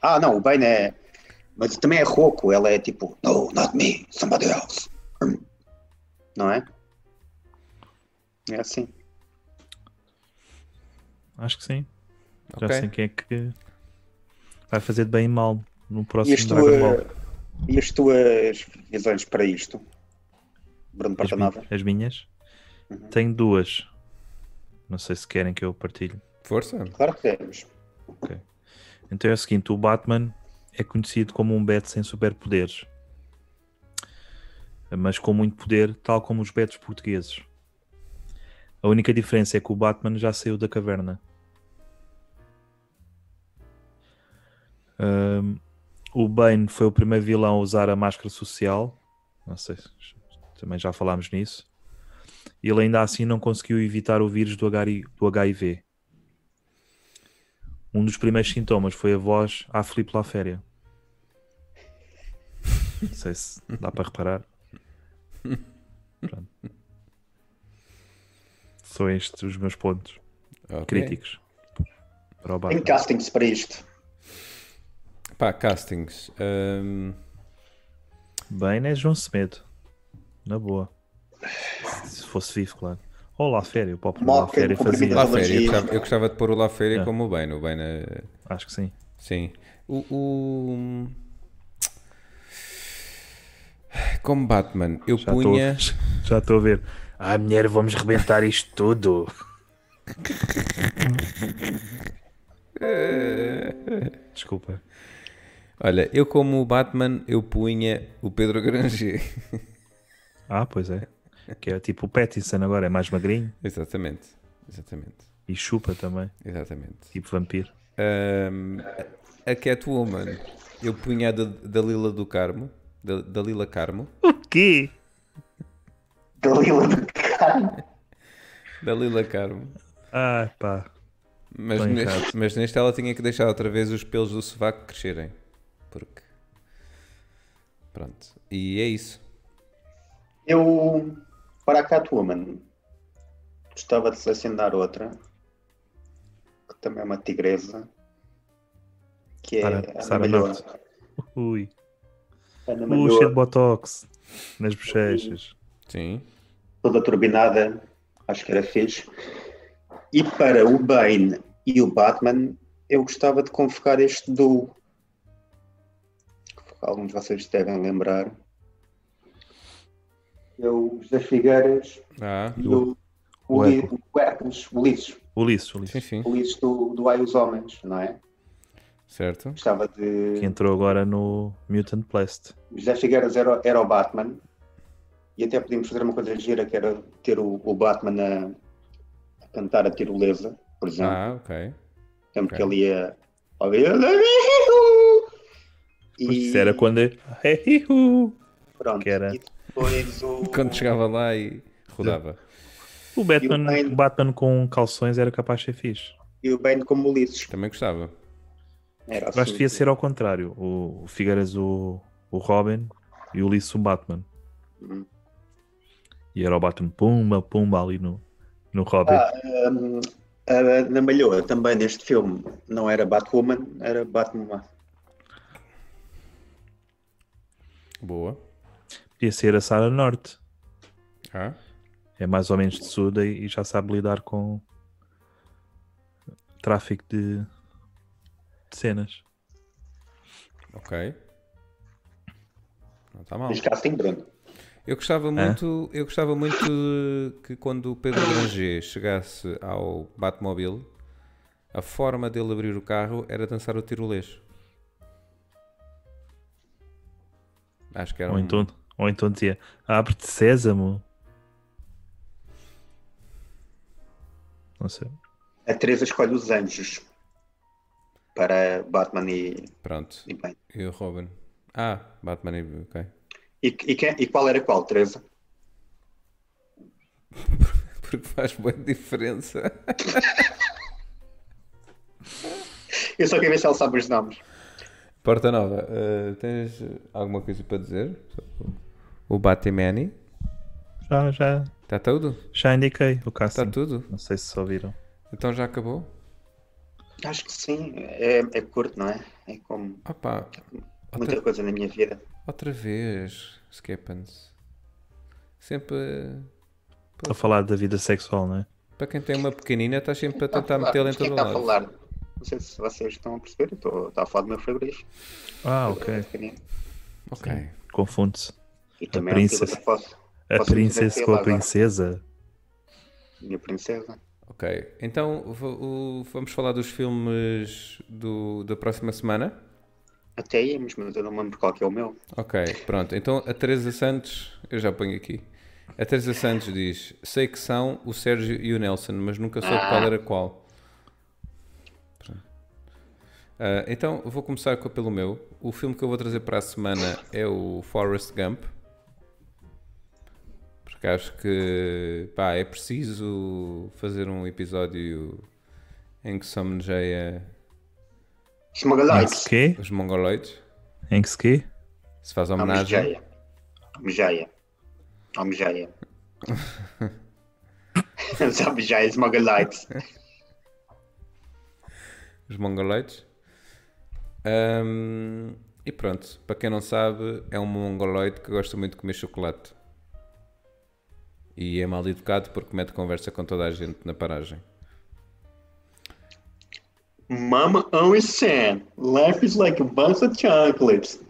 Ah, não, o Bane é. Mas também é rouco, ela é tipo, no, not me, somebody else. Não é? É assim.
Acho que sim. Já
Ok.
sei quem é que vai fazer de bem e mal no
E
próximo
as,
Dragon Ball.
tua, e as tuas visões para isto? Bruno
As, mi-
Partanova?
as minhas? Tenho duas. Não sei se querem que eu partilhe.
Força.
Claro que temos.
Então é o seguinte: o Batman é conhecido como um Bat sem superpoderes, mas com muito poder, tal como os Bats portugueses. A única diferença é que o Batman já saiu da caverna. Ahm, o Bane foi o primeiro vilão a usar a máscara social. Não sei, se- também já falámos nisso. Ele ainda assim não conseguiu evitar o vírus do HI do HIV. Um dos primeiros sintomas foi a voz à Filipe Laféria. Não sei se dá para reparar. Pronto. São estes os meus pontos
Ok.
críticos. para o bar.
Tem castings para isto.
Pá, castings. Ahm,
Bem, né, João Semedo? Na boa. Se fosse vivo, claro. Ou lá férias, o próprio
Mal
lá férias
que comprimido.
fazia.
lá Féria, eu
Elogios.
gostava, eu gostava de pôr o lá Féria
É.
como o Bane. O Bane, eh,
Acho que sim.
sim. O, o- Como Batman, eu
Já estou
punha.
já estou a ver.
Ah, mulher, vamos rebentar isto tudo.
Desculpa.
Olha, eu como o Batman, eu punha o Pedro Granger.
Ah, pois é. Que é tipo o Pattinson agora, é mais magrinho
exatamente, exatamente,
e chupa também,
exatamente.
tipo vampiro.
Ahm, a Catwoman, eu punha a da Dalila do Carmo. Da, Dalila Carmo.
O quê?
Galila do Carmo.
Dalila Carmo.
Ah, pá.
Mas,
Bem
neste, mas neste ela tinha que deixar outra vez os pelos do sovaco crescerem. Porque. Pronto. E é isso.
Eu, para a Catwoman, gostava de selecionar outra, que também é uma tigresa, que é
Sara-
Ana
Sara
Melhor.
Norte. Ui.
Ana
Ui, cheio de
Melhor,
botox nas bochechas.
Sim.
toda turbinada, acho que era fixe. E para o Bane e o Batman, eu gostava de convocar este duo, que alguns de vocês devem lembrar. É o José Figueiras
Ah,
e o,
o
o, Uli-
Hércules.
o Hércules, o Ulisses.
Ulisses,
sim,
Ulisses.
sim.
o Ulisses do, do Ai os Homens, não é?
Certo.
Gostava de.
Que entrou agora no Mutant Blast.
José Figueiras era, era o Batman e até podíamos fazer uma coisa gira que era ter o, o Batman a, a cantar a tirolesa, por exemplo.
Ah, ok.
Sempre que
ok.
ele ia.
Pois isso era quando. uh, Hey-hu!
Pronto.
que era-
E depois o.
Quando chegava lá e rodava.
O Batman,
E o Bane?
o Batman com calções era capaz de ser fixe.
E o Bane como Ulisses.
Também gostava.
Era
Eu acho que
assim.
devia ser ao contrário. O, o Figueiras, o, o Robin e o Ulisses, o Batman.
Hum.
E era o Batman, pumba, pumba ali no, no Robin.
Ah, hum, a Ana Malhoa também neste filme não era Batwoman, era Batman.
Boa.
Podia ser a Sarah Norte.
Ah,
É mais ou menos tesuda e e já sabe lidar com tráfico de, de cenas.
ok. Não está mal.
Mas cá tem Bruno.
Eu
É?
gostava muito, eu gostava muito que quando o Pedro Granger chegasse ao Batmobile, a forma dele abrir o carro era dançar o tirolês. Acho que era
Ou,
um...
então, ou então dizia: abre-te sésamo. Não sei.
A Teresa escolhe os anjos para Batman e,
Pronto.
e Bane.
E o Robin? Ah, Batman e... Ok.
E, e quem- e qual era qual, Teresa?
Porque faz boa diferença.
Eu só quero ver se ela sabe os nomes.
Porta Nova, eh, tens alguma coisa para dizer? O Batman?
Já, já,
Está tudo?
já indiquei o
Está
casting.
Tá tudo?
Não sei se só viram.
Então já acabou?
Acho que sim, é, é curto, não é? É como
Ah pá,
muita coisa na minha vida.
Outra vez, Skippens. Sempre. eh,
A falar da vida sexual, não é?
Para quem tem uma pequenina, estás sempre a tentar
Mas
Então tá metê-la em
quem
todo o
está a
lado.
falar? Não sei se vocês estão a perceber, eu estou, estou a falar do meu um favorito.
Ah, ok.
Ok.
Confunde-se.
E também
A
é uma coisa
princesa.
que eu posso.
A
Posso
princesa
dizer
com a
lá agora?
princesa.
Minha princesa.
Ok. Então v- o- vamos falar dos filmes do, da próxima semana.
Até íamos, mas eu não me lembro qual que é o meu.
Ok, pronto. Então a Teresa Santos, eu já ponho aqui. A Teresa Santos diz: Sei que são o Sérgio e o Nelson, mas nunca soube qual era qual. Pronto. Ah, então vou começar co- pelo meu. O filme que eu vou trazer para a semana é o Forrest Gump. Porque acho que pá, é preciso fazer um episódio em que somenejeia
Em
Esmagalites.
que quê?
os mongoloides.
Em que quê?
Se faz
Ou
homenagem.
Mejaia. Mejaia. Ou Mejaia. Sabe, já é Esmagalites.
os mongoloides. Ahm, e pronto, para quem não sabe, é um mongoloide que gosta muito de comer chocolate. E é mal educado porque mete conversa com toda a gente na paragem.
Mama always said, life is like a bunch of chocolates.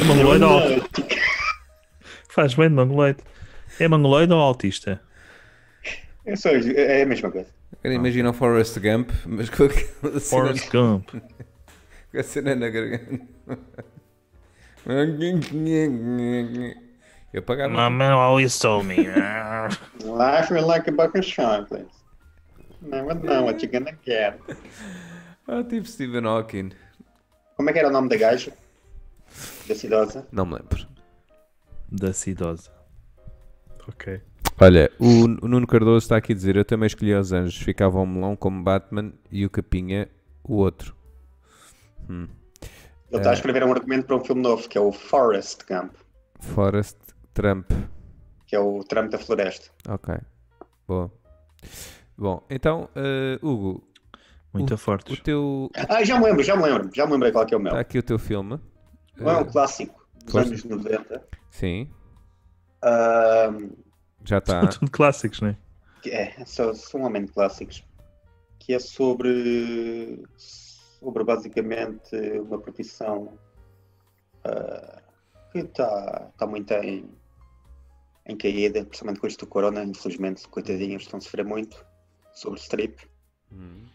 É Mongoloide ou autista? Faz bem de mongoloide. É mongoloide ou autista?
É, só, é a mesma coisa.
Agora imagina o Forrest Gump, mas com aquela cena,
Forrest Gump.
com a cena na garganta. Eu pagava.
Mama always told me.
Life is like a bunch of chocolates. Never know what you're gonna get.
Ah, tipo Stephen Hawking.
Como é que era o nome da gaja? Da idosa?
Não me lembro.
da Cidosa. Ok.
Olha, o N- o Nuno Cardoso está aqui a dizer: Eu também escolhi os anjos. Ficava o melão como Batman e o Capinha, o outro.
Ele está a escrever um argumento para um filme novo, que é o Forest Gump,
Forrest Trump.
que é o tramo da floresta.
Ok. Boa. Bom, então, eh, Hugo,
Muito
o
fortes.
teu.
Ah, já me lembro, já me lembro, já me lembrei qual que é o meu.
Está aqui o teu filme.
Não é um clássico dos
clássico.
anos 90.
Sim,
Ahm,
já está.
Tudo clássicos, né?
que é, são, são homem de clássicos, que é sobre, sobre basicamente uma profissão ah, que está tá muito em, em caída, principalmente com isto do corona, infelizmente, coitadinhos, estão a sofrer muito, sobre strip,
Hum.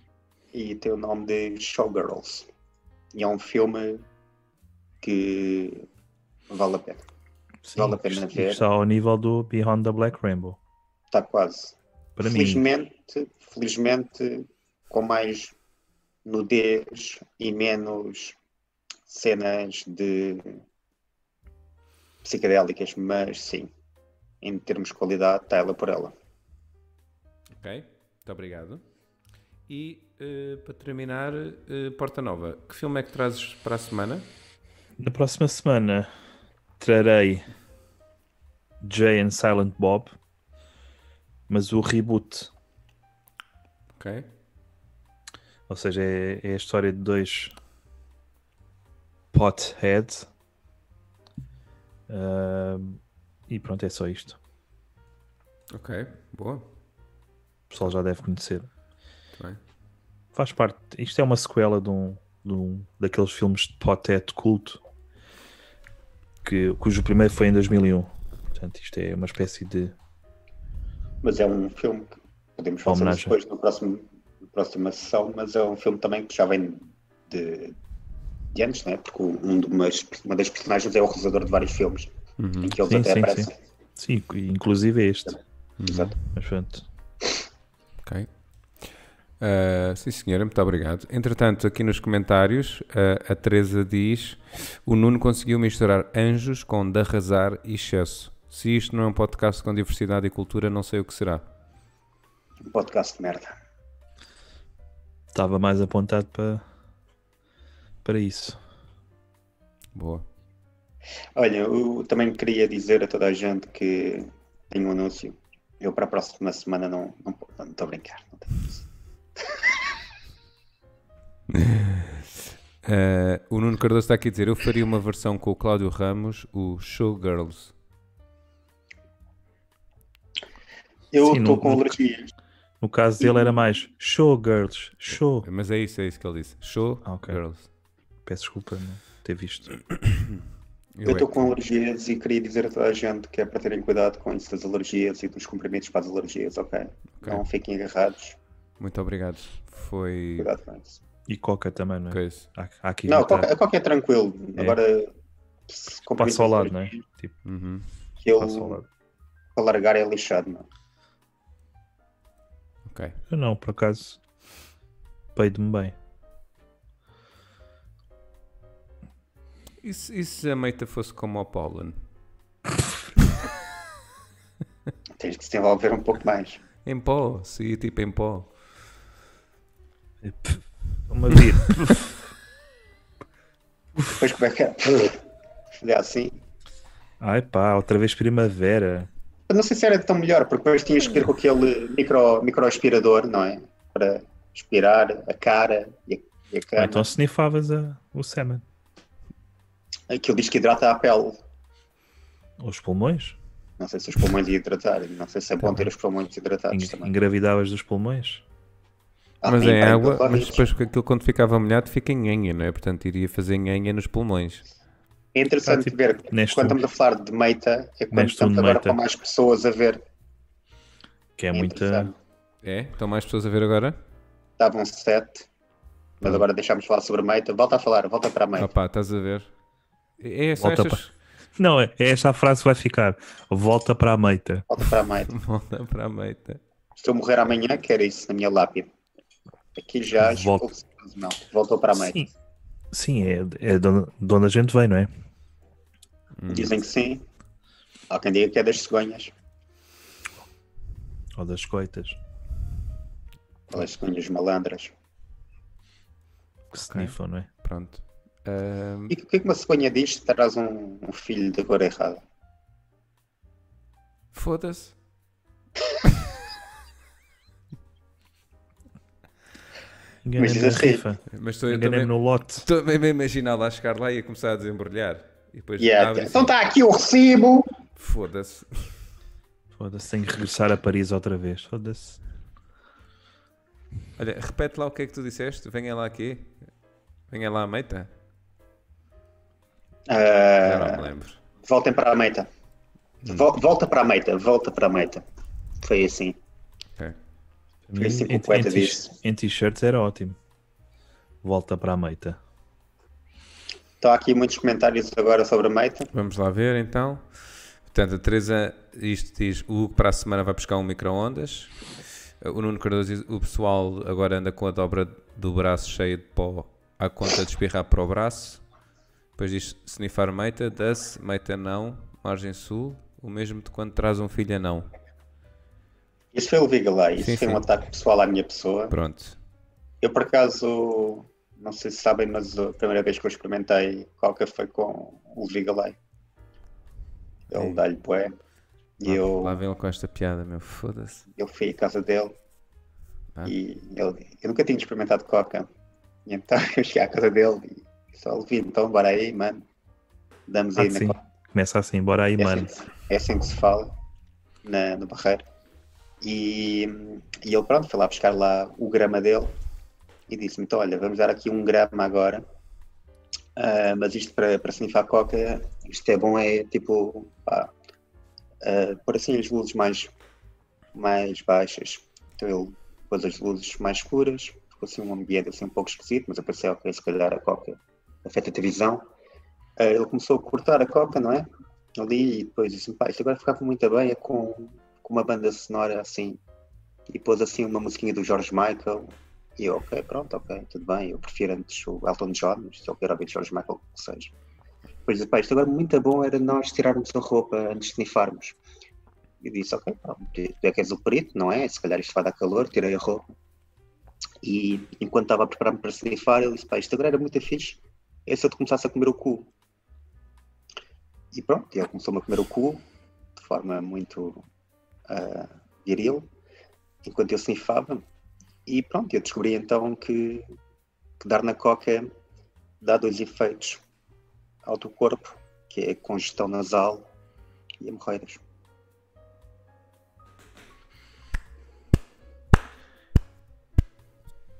e tem o nome de Showgirls. E é um filme que vale a pena.
Sim,
Vale a pena
isto-
ver.
Está ao nível do Beyond the Black Rainbow.
Está Tá quase.
Para mim.
felizmente, felizmente, com mais nudez e menos cenas de psicadélicas, mas sim, em termos de qualidade, está ela por ela.
Ok, muito obrigado. E eh, para terminar, eh, Porta Nova, que filme é que trazes para a semana?
Na próxima semana trarei Jay and Silent Bob, mas o reboot,
Ok.
ou seja, é, é a história de dois potheads. Ahm, e pronto, é só isto.
Ok, boa.
O pessoal já deve conhecer.
Muito bem.
Faz parte. Isto é uma sequela de um, de um- daqueles filmes de poté de culto que, cujo primeiro foi em 2001. Portanto, isto é uma espécie de.
Mas é um filme que podemos falar
Homenagem.
depois no próximo, na próxima sessão, mas é um filme também que já vem de, de anos, né? porque um de umas- uma das personagens é o realizador de vários filmes, em que eles
Uhum. Sim,
até
sim,
aparecem.
Sim, inclusive é este. Uhum.
Exato.
Mas pronto.
Ok. Ah, sim, senhora, muito obrigado. Entretanto, aqui nos comentários, ah, a Teresa diz: o Nuno conseguiu misturar anjos com de arrasar e excesso. Se isto não é um podcast com diversidade e cultura, não sei o que será.
Um podcast de merda.
Estava mais apontado para, para isso.
Boa.
Olha, eu também queria dizer a toda a gente que tem um anúncio. Eu para a próxima semana não não po- não estou a brincar. Não tenho isso.
Ah, o Nuno Cardoso está aqui a dizer: eu faria uma versão com o Cláudio Ramos, o Showgirls.
Eu
Sim,
estou
não-
com
nunca-
alergias.
No caso dele era mais show girls, show.
Mas é isso, é isso que ele disse:
Ah, ok.
Showgirls.
Peço desculpa não ter visto.
Eu
é
estou com alergias e queria dizer a toda a gente que é para terem cuidado com isso das alergias e dos comprimidos para as alergias, ok? Não fiquem agarrados,
Muito obrigado. Foi.
cuidado com isso.
E coca também, não é?
coisa.
Há, há aqui
Não,
evitar.
qualquer, qualquer tranquilo.
É.
Agora, se comprimidos
passa ao
das
lado, não é?
alergias,
Tipo,
Uhum.
que eu,
passa ao lado.
para largar é lixado, não.
Ok.
Eu não, por acaso, peido-me bem.
E se, e se a meita fosse como o Pollen?
Tens que se envolver um pouco mais.
Em pó, se tipo em pó.
Uma vir.
Depois como é que é? Olha assim.
Ai pá, outra vez primavera.
Eu não sei se era tão melhor, porque depois tinhas que ter com aquele micro, microaspirador, não é? Para aspirar a cara e a E a
Ou
cana.
então sniffavas a, o semen.
Aquilo diz que hidrata a pele.
Ou os pulmões.
Não sei se os pulmões iam hidratar. Não sei se é
Tá
bom ter os pulmões hidratados
Eng-
também.
engravidavas dos pulmões.
Ah,
é
mas
sim,
em
tem
água,
dois.
mas depois que aquilo quando ficava molhado fica em anha, não é? Portanto, iria fazer nhanha nos pulmões.
É interessante
Ah, tipo,
ver
neste-
quando estamos a falar de meita, é quando
Neste
estamos
um
agora
meita.
com mais pessoas a ver.
Que é
É
muita.
interessante.
É? Estão mais pessoas a ver agora?
Estavam sete,
Hum.
mas agora deixámos de falar sobre meita. Volta a falar, volta para a meita.
Opa, estás a ver? É só
Volta
estas...
Não, é é esta a frase que vai ficar. Volta para a meita.
Volta para a meita.
Volta para a meita.
Se eu morrer amanhã, quero isso na minha lápide. Aqui já
Volta.
expulso- não, voltou para a meita.
Sim. Sim, é, é de onde- de onde a gente vem, não é?
Hum. Dizem que sim. Há quem diga que é das cegonhas.
Ou das coitas.
Aquelas cegonhas malandras.
Que sniffam, não é?
Pronto. Ahm,
E o que é que uma cegonha diz se traz um, um filho da cor errada?
Foda-se.
Enganei-me na
diz assim.
rifa.
Mas estou Então eu
Enganei-me
também,
no lote.
estou mesmo a imaginar lá chegar lá e a começar a desembrulhar. E depois
Yeah,
abre e
então
assim,
está aqui o recibo.
Foda-se.
Foda-se, tenho que regressar a Paris outra vez. Foda-se.
Olha, repete lá o que é que tu disseste. Venha lá aqui. Venha lá à meita.
Ah,
Já não me lembro.
Voltem para a meta. Vol- Volta para a meta, volta para a meta. Foi assim.
Ok.
Foi assim que o
Em-
poeta
em t-
disse.
Em t-shirts era ótimo. Volta para a meita.
Estão aqui muitos comentários agora sobre a meta.
Vamos lá ver então. Portanto, a Teresa, isto diz: o Hugo para a semana vai buscar um micro-ondas. O Nuno Cardoso diz: o pessoal agora anda com a dobra do braço cheia de pó à conta de espirrar para o braço. Depois diz: snifar meita, das, meita não, margem sul, o mesmo de quando traz um filho anão.
Isso foi o Vigalai, isso
Sim,
foi
sim.
um ataque pessoal à minha pessoa.
Pronto.
Eu por acaso, não sei se sabem, mas a primeira vez que eu experimentei coca foi com o Vigalai. Ele
Ei.
dá-lhe bué. E
Ah,
Lá-
eu,
Lá vem ele com esta piada, meu. Foda-se.
eu fui à casa dele
Ah.
e ele, eu nunca tinha experimentado coca. E então eu cheguei à casa dele e só ouvi, então bora aí, mano. Damos
Ah,
aí na
sim. Começa assim, bora aí,
É
mano.
assim, é assim que se fala na, no Barreiro. E, e ele, pronto, foi lá buscar lá o grama dele e disse-me: então, olha, vamos dar aqui um grama agora. Ah, mas isto para, para snifar coca, isto é bom, é tipo, pá, ah, pôr assim as luzes mais, mais baixas. Então ele pôs as luzes mais escuras, ficou assim um ambiente assim um pouco esquisito, mas eu pensei, ok, se calhar a coca afeta a tua visão. Ah, ele começou a cortar a coca, não é? ali e depois disse pá, isto agora ficava muito bem é com, com uma banda sonora assim e pôs assim uma musiquinha do George Michael e eu, ok, pronto, ok, tudo bem, eu prefiro antes o Elton John, mas se eu quero ouvir George Michael, que seja. Depois disse, pá, isto agora muito bom era nós tirarmos a roupa antes de nifarmos. E disse, ok, pronto, tu é que és o perito, não é? Se calhar isto vai dar calor, tirei a roupa. E enquanto estava a preparar-me para se nifar, ele disse, pá, isto agora era muito fixe, é se eu te começasse a comer o cu. E pronto, ele começou-me a comer o cu de forma muito ah, viril, enquanto eu sinfava. E pronto, eu descobri então que, que dar na coca dá dois efeitos ao teu corpo, que é congestão nasal e hemorroidas.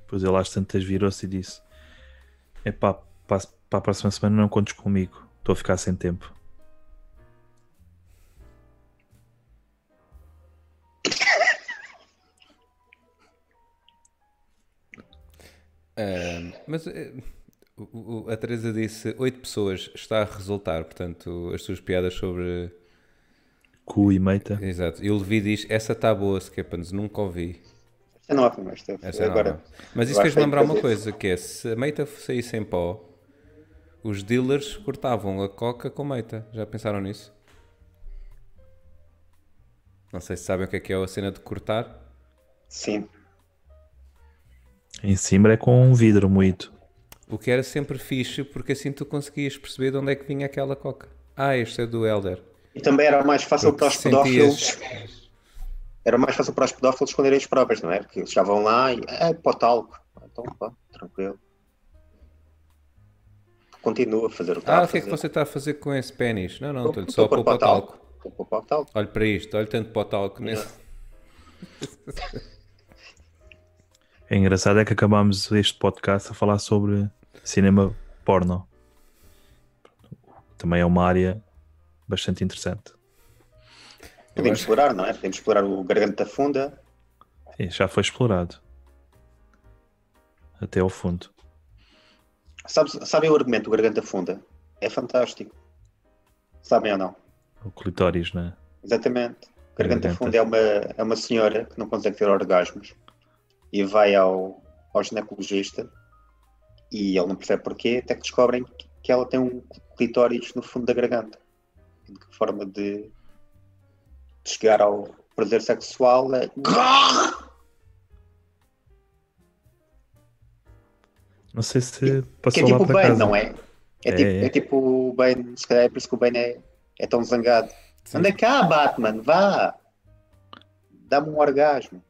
Depois ele às tantas virou-se e disse: É pá, para para a próxima semana não contes comigo. Estou a ficar sem tempo.
Ahm, mas eh, o- o- a Teresa disse: oito pessoas está a resultar. Portanto, as suas piadas sobre.
Cu e meita.
Exato. E o Levi diz: essa está boa, Skepans, nunca ouvi.
Essa não é a primeira, esta foi
Essa
agora.
nova. Mas isso fez-me
agora foi
lembrar uma
fazer.
coisa: que é se a meita saísse em pó, os dealers cortavam a coca com meita. Já pensaram nisso? Não sei se sabem o que é que é a cena de cortar.
Sim,
Em Simbra é com um vidro moído.
O que era sempre fixe, porque assim tu conseguias perceber de onde é que vinha aquela coca. Ah, este é do Elder.
e também era mais fácil
Porque
para os
sentias-
pedófilos. Era mais fácil para os "Ah, pedófilos esconderem as provas, não é? Porque eles já vão lá e é para o talco. Então, pá, tranquilo. continua a fazer o que está
Ah,
Tá a
o que é que
fazer.
você está a fazer com esse pênis? Não, não, estou-lhe
Estou
só a
a pôr
pôr para o talco.
Estou a pôr para o talco.
Olha para isto, olha tanto para o talco. Nesse...
É engraçado é que acabámos este podcast a falar sobre cinema porno. Também é uma área bastante interessante.
Podemos explorar, não é? Podemos explorar o Garganta Funda.
E já foi explorado. Até ao fundo.
Sabes, sabem o argumento do Garganta Funda? É fantástico. Sabem ou não?
O clitóris, né?
Exatamente. Garganta,
Garganta.
Funda é uma, é uma senhora que não consegue ter orgasmos e vai ao, ao ginecologista e ele não percebe porquê, até que descobrem que- que ela tem um clitóris no fundo da garganta. De que forma de, de chegar ao prazer sexual é.
Não sei se
Que é
passou
tipo
lá
o
para
Bane,
casa.
não é? É,
É,
tipo,
é.
é tipo o Bane, se calhar é por isso que o Bane é, é tão zangado. Anda cá, Batman, vá! Dá-me um orgasmo.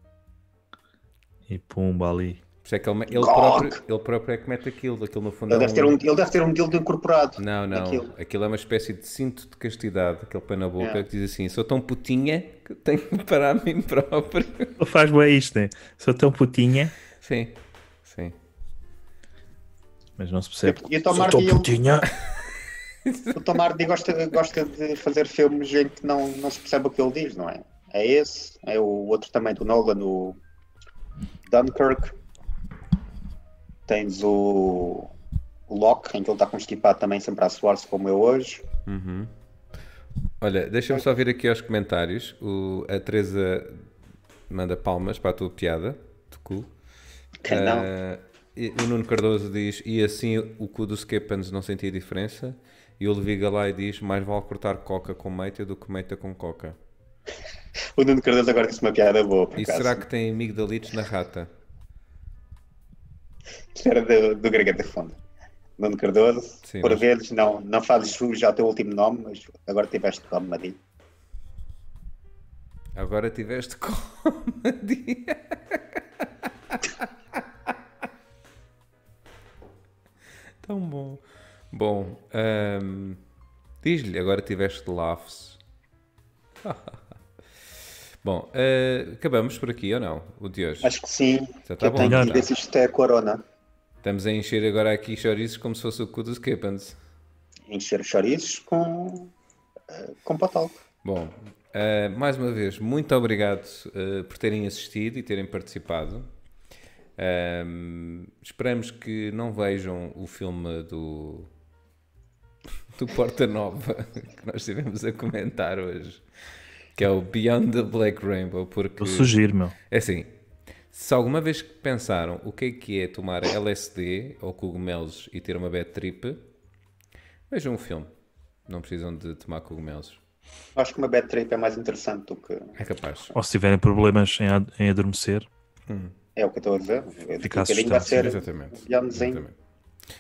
E pumba ali.
Por isso é que ele, ele
Gawk.
próprio, ele próprio é que mete aquilo. Aquilo no fundo
Ele
é
deve ter um, ele deve ter um dildo incorporado.
Não, não. Aquilo.
Aquilo.
é uma espécie de cinto de castidade que ele põe na boca
É.
que diz assim: sou tão putinha que tenho que parar a mim próprio.
Ele faz bem isto, né? Sou tão putinha.
Sim, sim.
Mas não se
É,
percebe.
E o Tom
Sou tão
Hardy, ele-
putinha.
o Tom Hardy gosta, gosta de fazer filmes em que não, não se percebe o que ele diz, não é? É esse, é o outro também do Nolan, o Dunkirk. Tens o, o Locke, em que ele está constipado também, sempre a suar-se como eu hoje.
Olha, deixa-me só vir aqui aos comentários. O, a Teresa manda palmas para a tua piada de cu.
Quem não?
Ah, e- o Nuno Cardoso diz: E assim o cu do Skepans não sentia diferença? E o Levi Galay diz: Mais vale cortar coca com meita do que meita com coca.
O Nuno Cardoso agora disse uma piada boa, por
E
acaso.
será que tem amigdalites na rata?
Isto era do, do Garganta Funda. Nuno Cardoso,
Sim,
por
mas-
vezes não, não fazes jus ao teu último nome, mas agora tiveste nome, Madinho.
Agora tiveste comedy. Tão bom. Bom, ahm, diz-lhe, agora tiveste laughs. bom, ah, acabamos por aqui ou não? O de hoje.
Acho que sim.
Já tá
eu
bom,
tenho
já
que
tá.
ver se isto é a corona.
Estamos a encher agora aqui chorizos como se fosse o cu dos Capans.
Encher os chorizos com, eh, com patalco.
Bom, eh, mais uma vez, muito obrigado eh, por terem assistido e terem participado. Ahm, esperamos que não vejam o filme do, do Porta Nova que nós estivemos a comentar hoje, que é o Beyond the Black Rainbow, porque
Eu sugiro, meu.
é assim, se alguma vez que pensaram o que é que é tomar LSD ou cogumelos e ter uma bad trip, vejam o filme. Não precisam de tomar cogumelos.
Acho que uma bad trip é mais interessante do que.
É capaz.
Ou se tiverem problemas em, ad- em adormecer,
É o que eu estou a dizer. Daqui
Ficar
a bocadinho vai
assustado,
ser.
Exatamente.
Viamozinho.
Exatamente.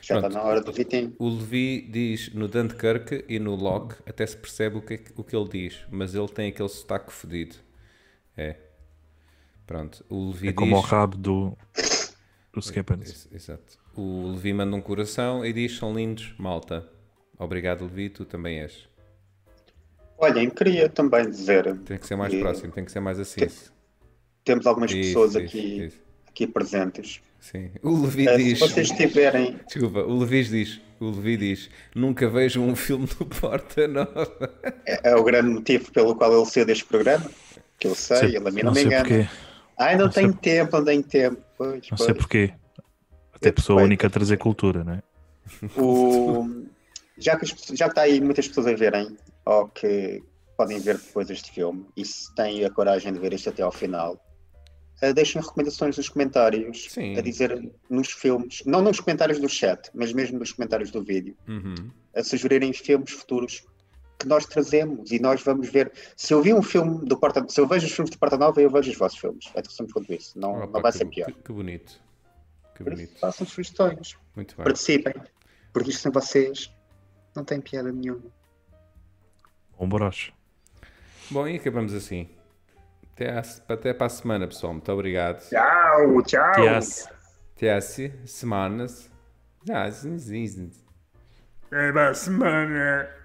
Já está
Pronto.
na hora do Vitinho.
O Levi diz no Dunkirk e no Locke até se percebe o que, é que- o que ele diz, mas ele tem aquele sotaque fedido. É. Pronto. O Levi
é
diz.
como o rabo do, do Skeppens.
Ex- Exato. O Levi manda um coração e diz: são lindos, malta. Obrigado, Levi, tu também és.
Olhem, queria também dizer.
Tem que ser mais
que
próximo, tem que ser mais assim.
Temos algumas
Isso,
pessoas
isso,
aqui,
isso.
aqui presentes.
Sim. O Levi
Eh,
diz.
se vocês tiverem.
Desculpa, o Levi diz. O Levi diz: nunca vejo um filme do Porta Nova.
É, é o grande motivo pelo qual ele saiu deste programa. Que eu sei, ele a mim não,
não
me
sei
engana.
porquê.
Ai, não,
Não sei
tenho tempo, não tenho tempo. Pois,
Não
pois.
sei porquê. Até
Eu
pessoa
também.
única a trazer cultura, não é?
O- Já que as pessoas- já está aí muitas pessoas a verem, ou que podem ver depois este filme, e se têm a coragem de ver isto até ao final, eh, deixem recomendações nos comentários,
Sim.
a dizer nos filmes, não nos comentários do chat, mas mesmo nos comentários do vídeo,
Uhum.
a sugerirem filmes futuros que nós trazemos e nós vamos ver. Se eu vi um filme do Porta se eu vejo os filmes do Porta Nova, eu vejo os vossos filmes. É que somos quanto isso, não,
Opa,
não vai
Ah, que
ser
bo-
pior.
Que, que bonito. Que
Por isso,
bonito.
façam sugestões
Muito bem.
participem, porque isto sem vocês não tem piada nenhuma.
Um broche.
Bom, e acabamos assim. Até, à se- até para a semana, pessoal. Muito obrigado.
Tchau, tchau.
Yes.
Até à se- semanas. Ah, zin, zin, zin.
É da semana.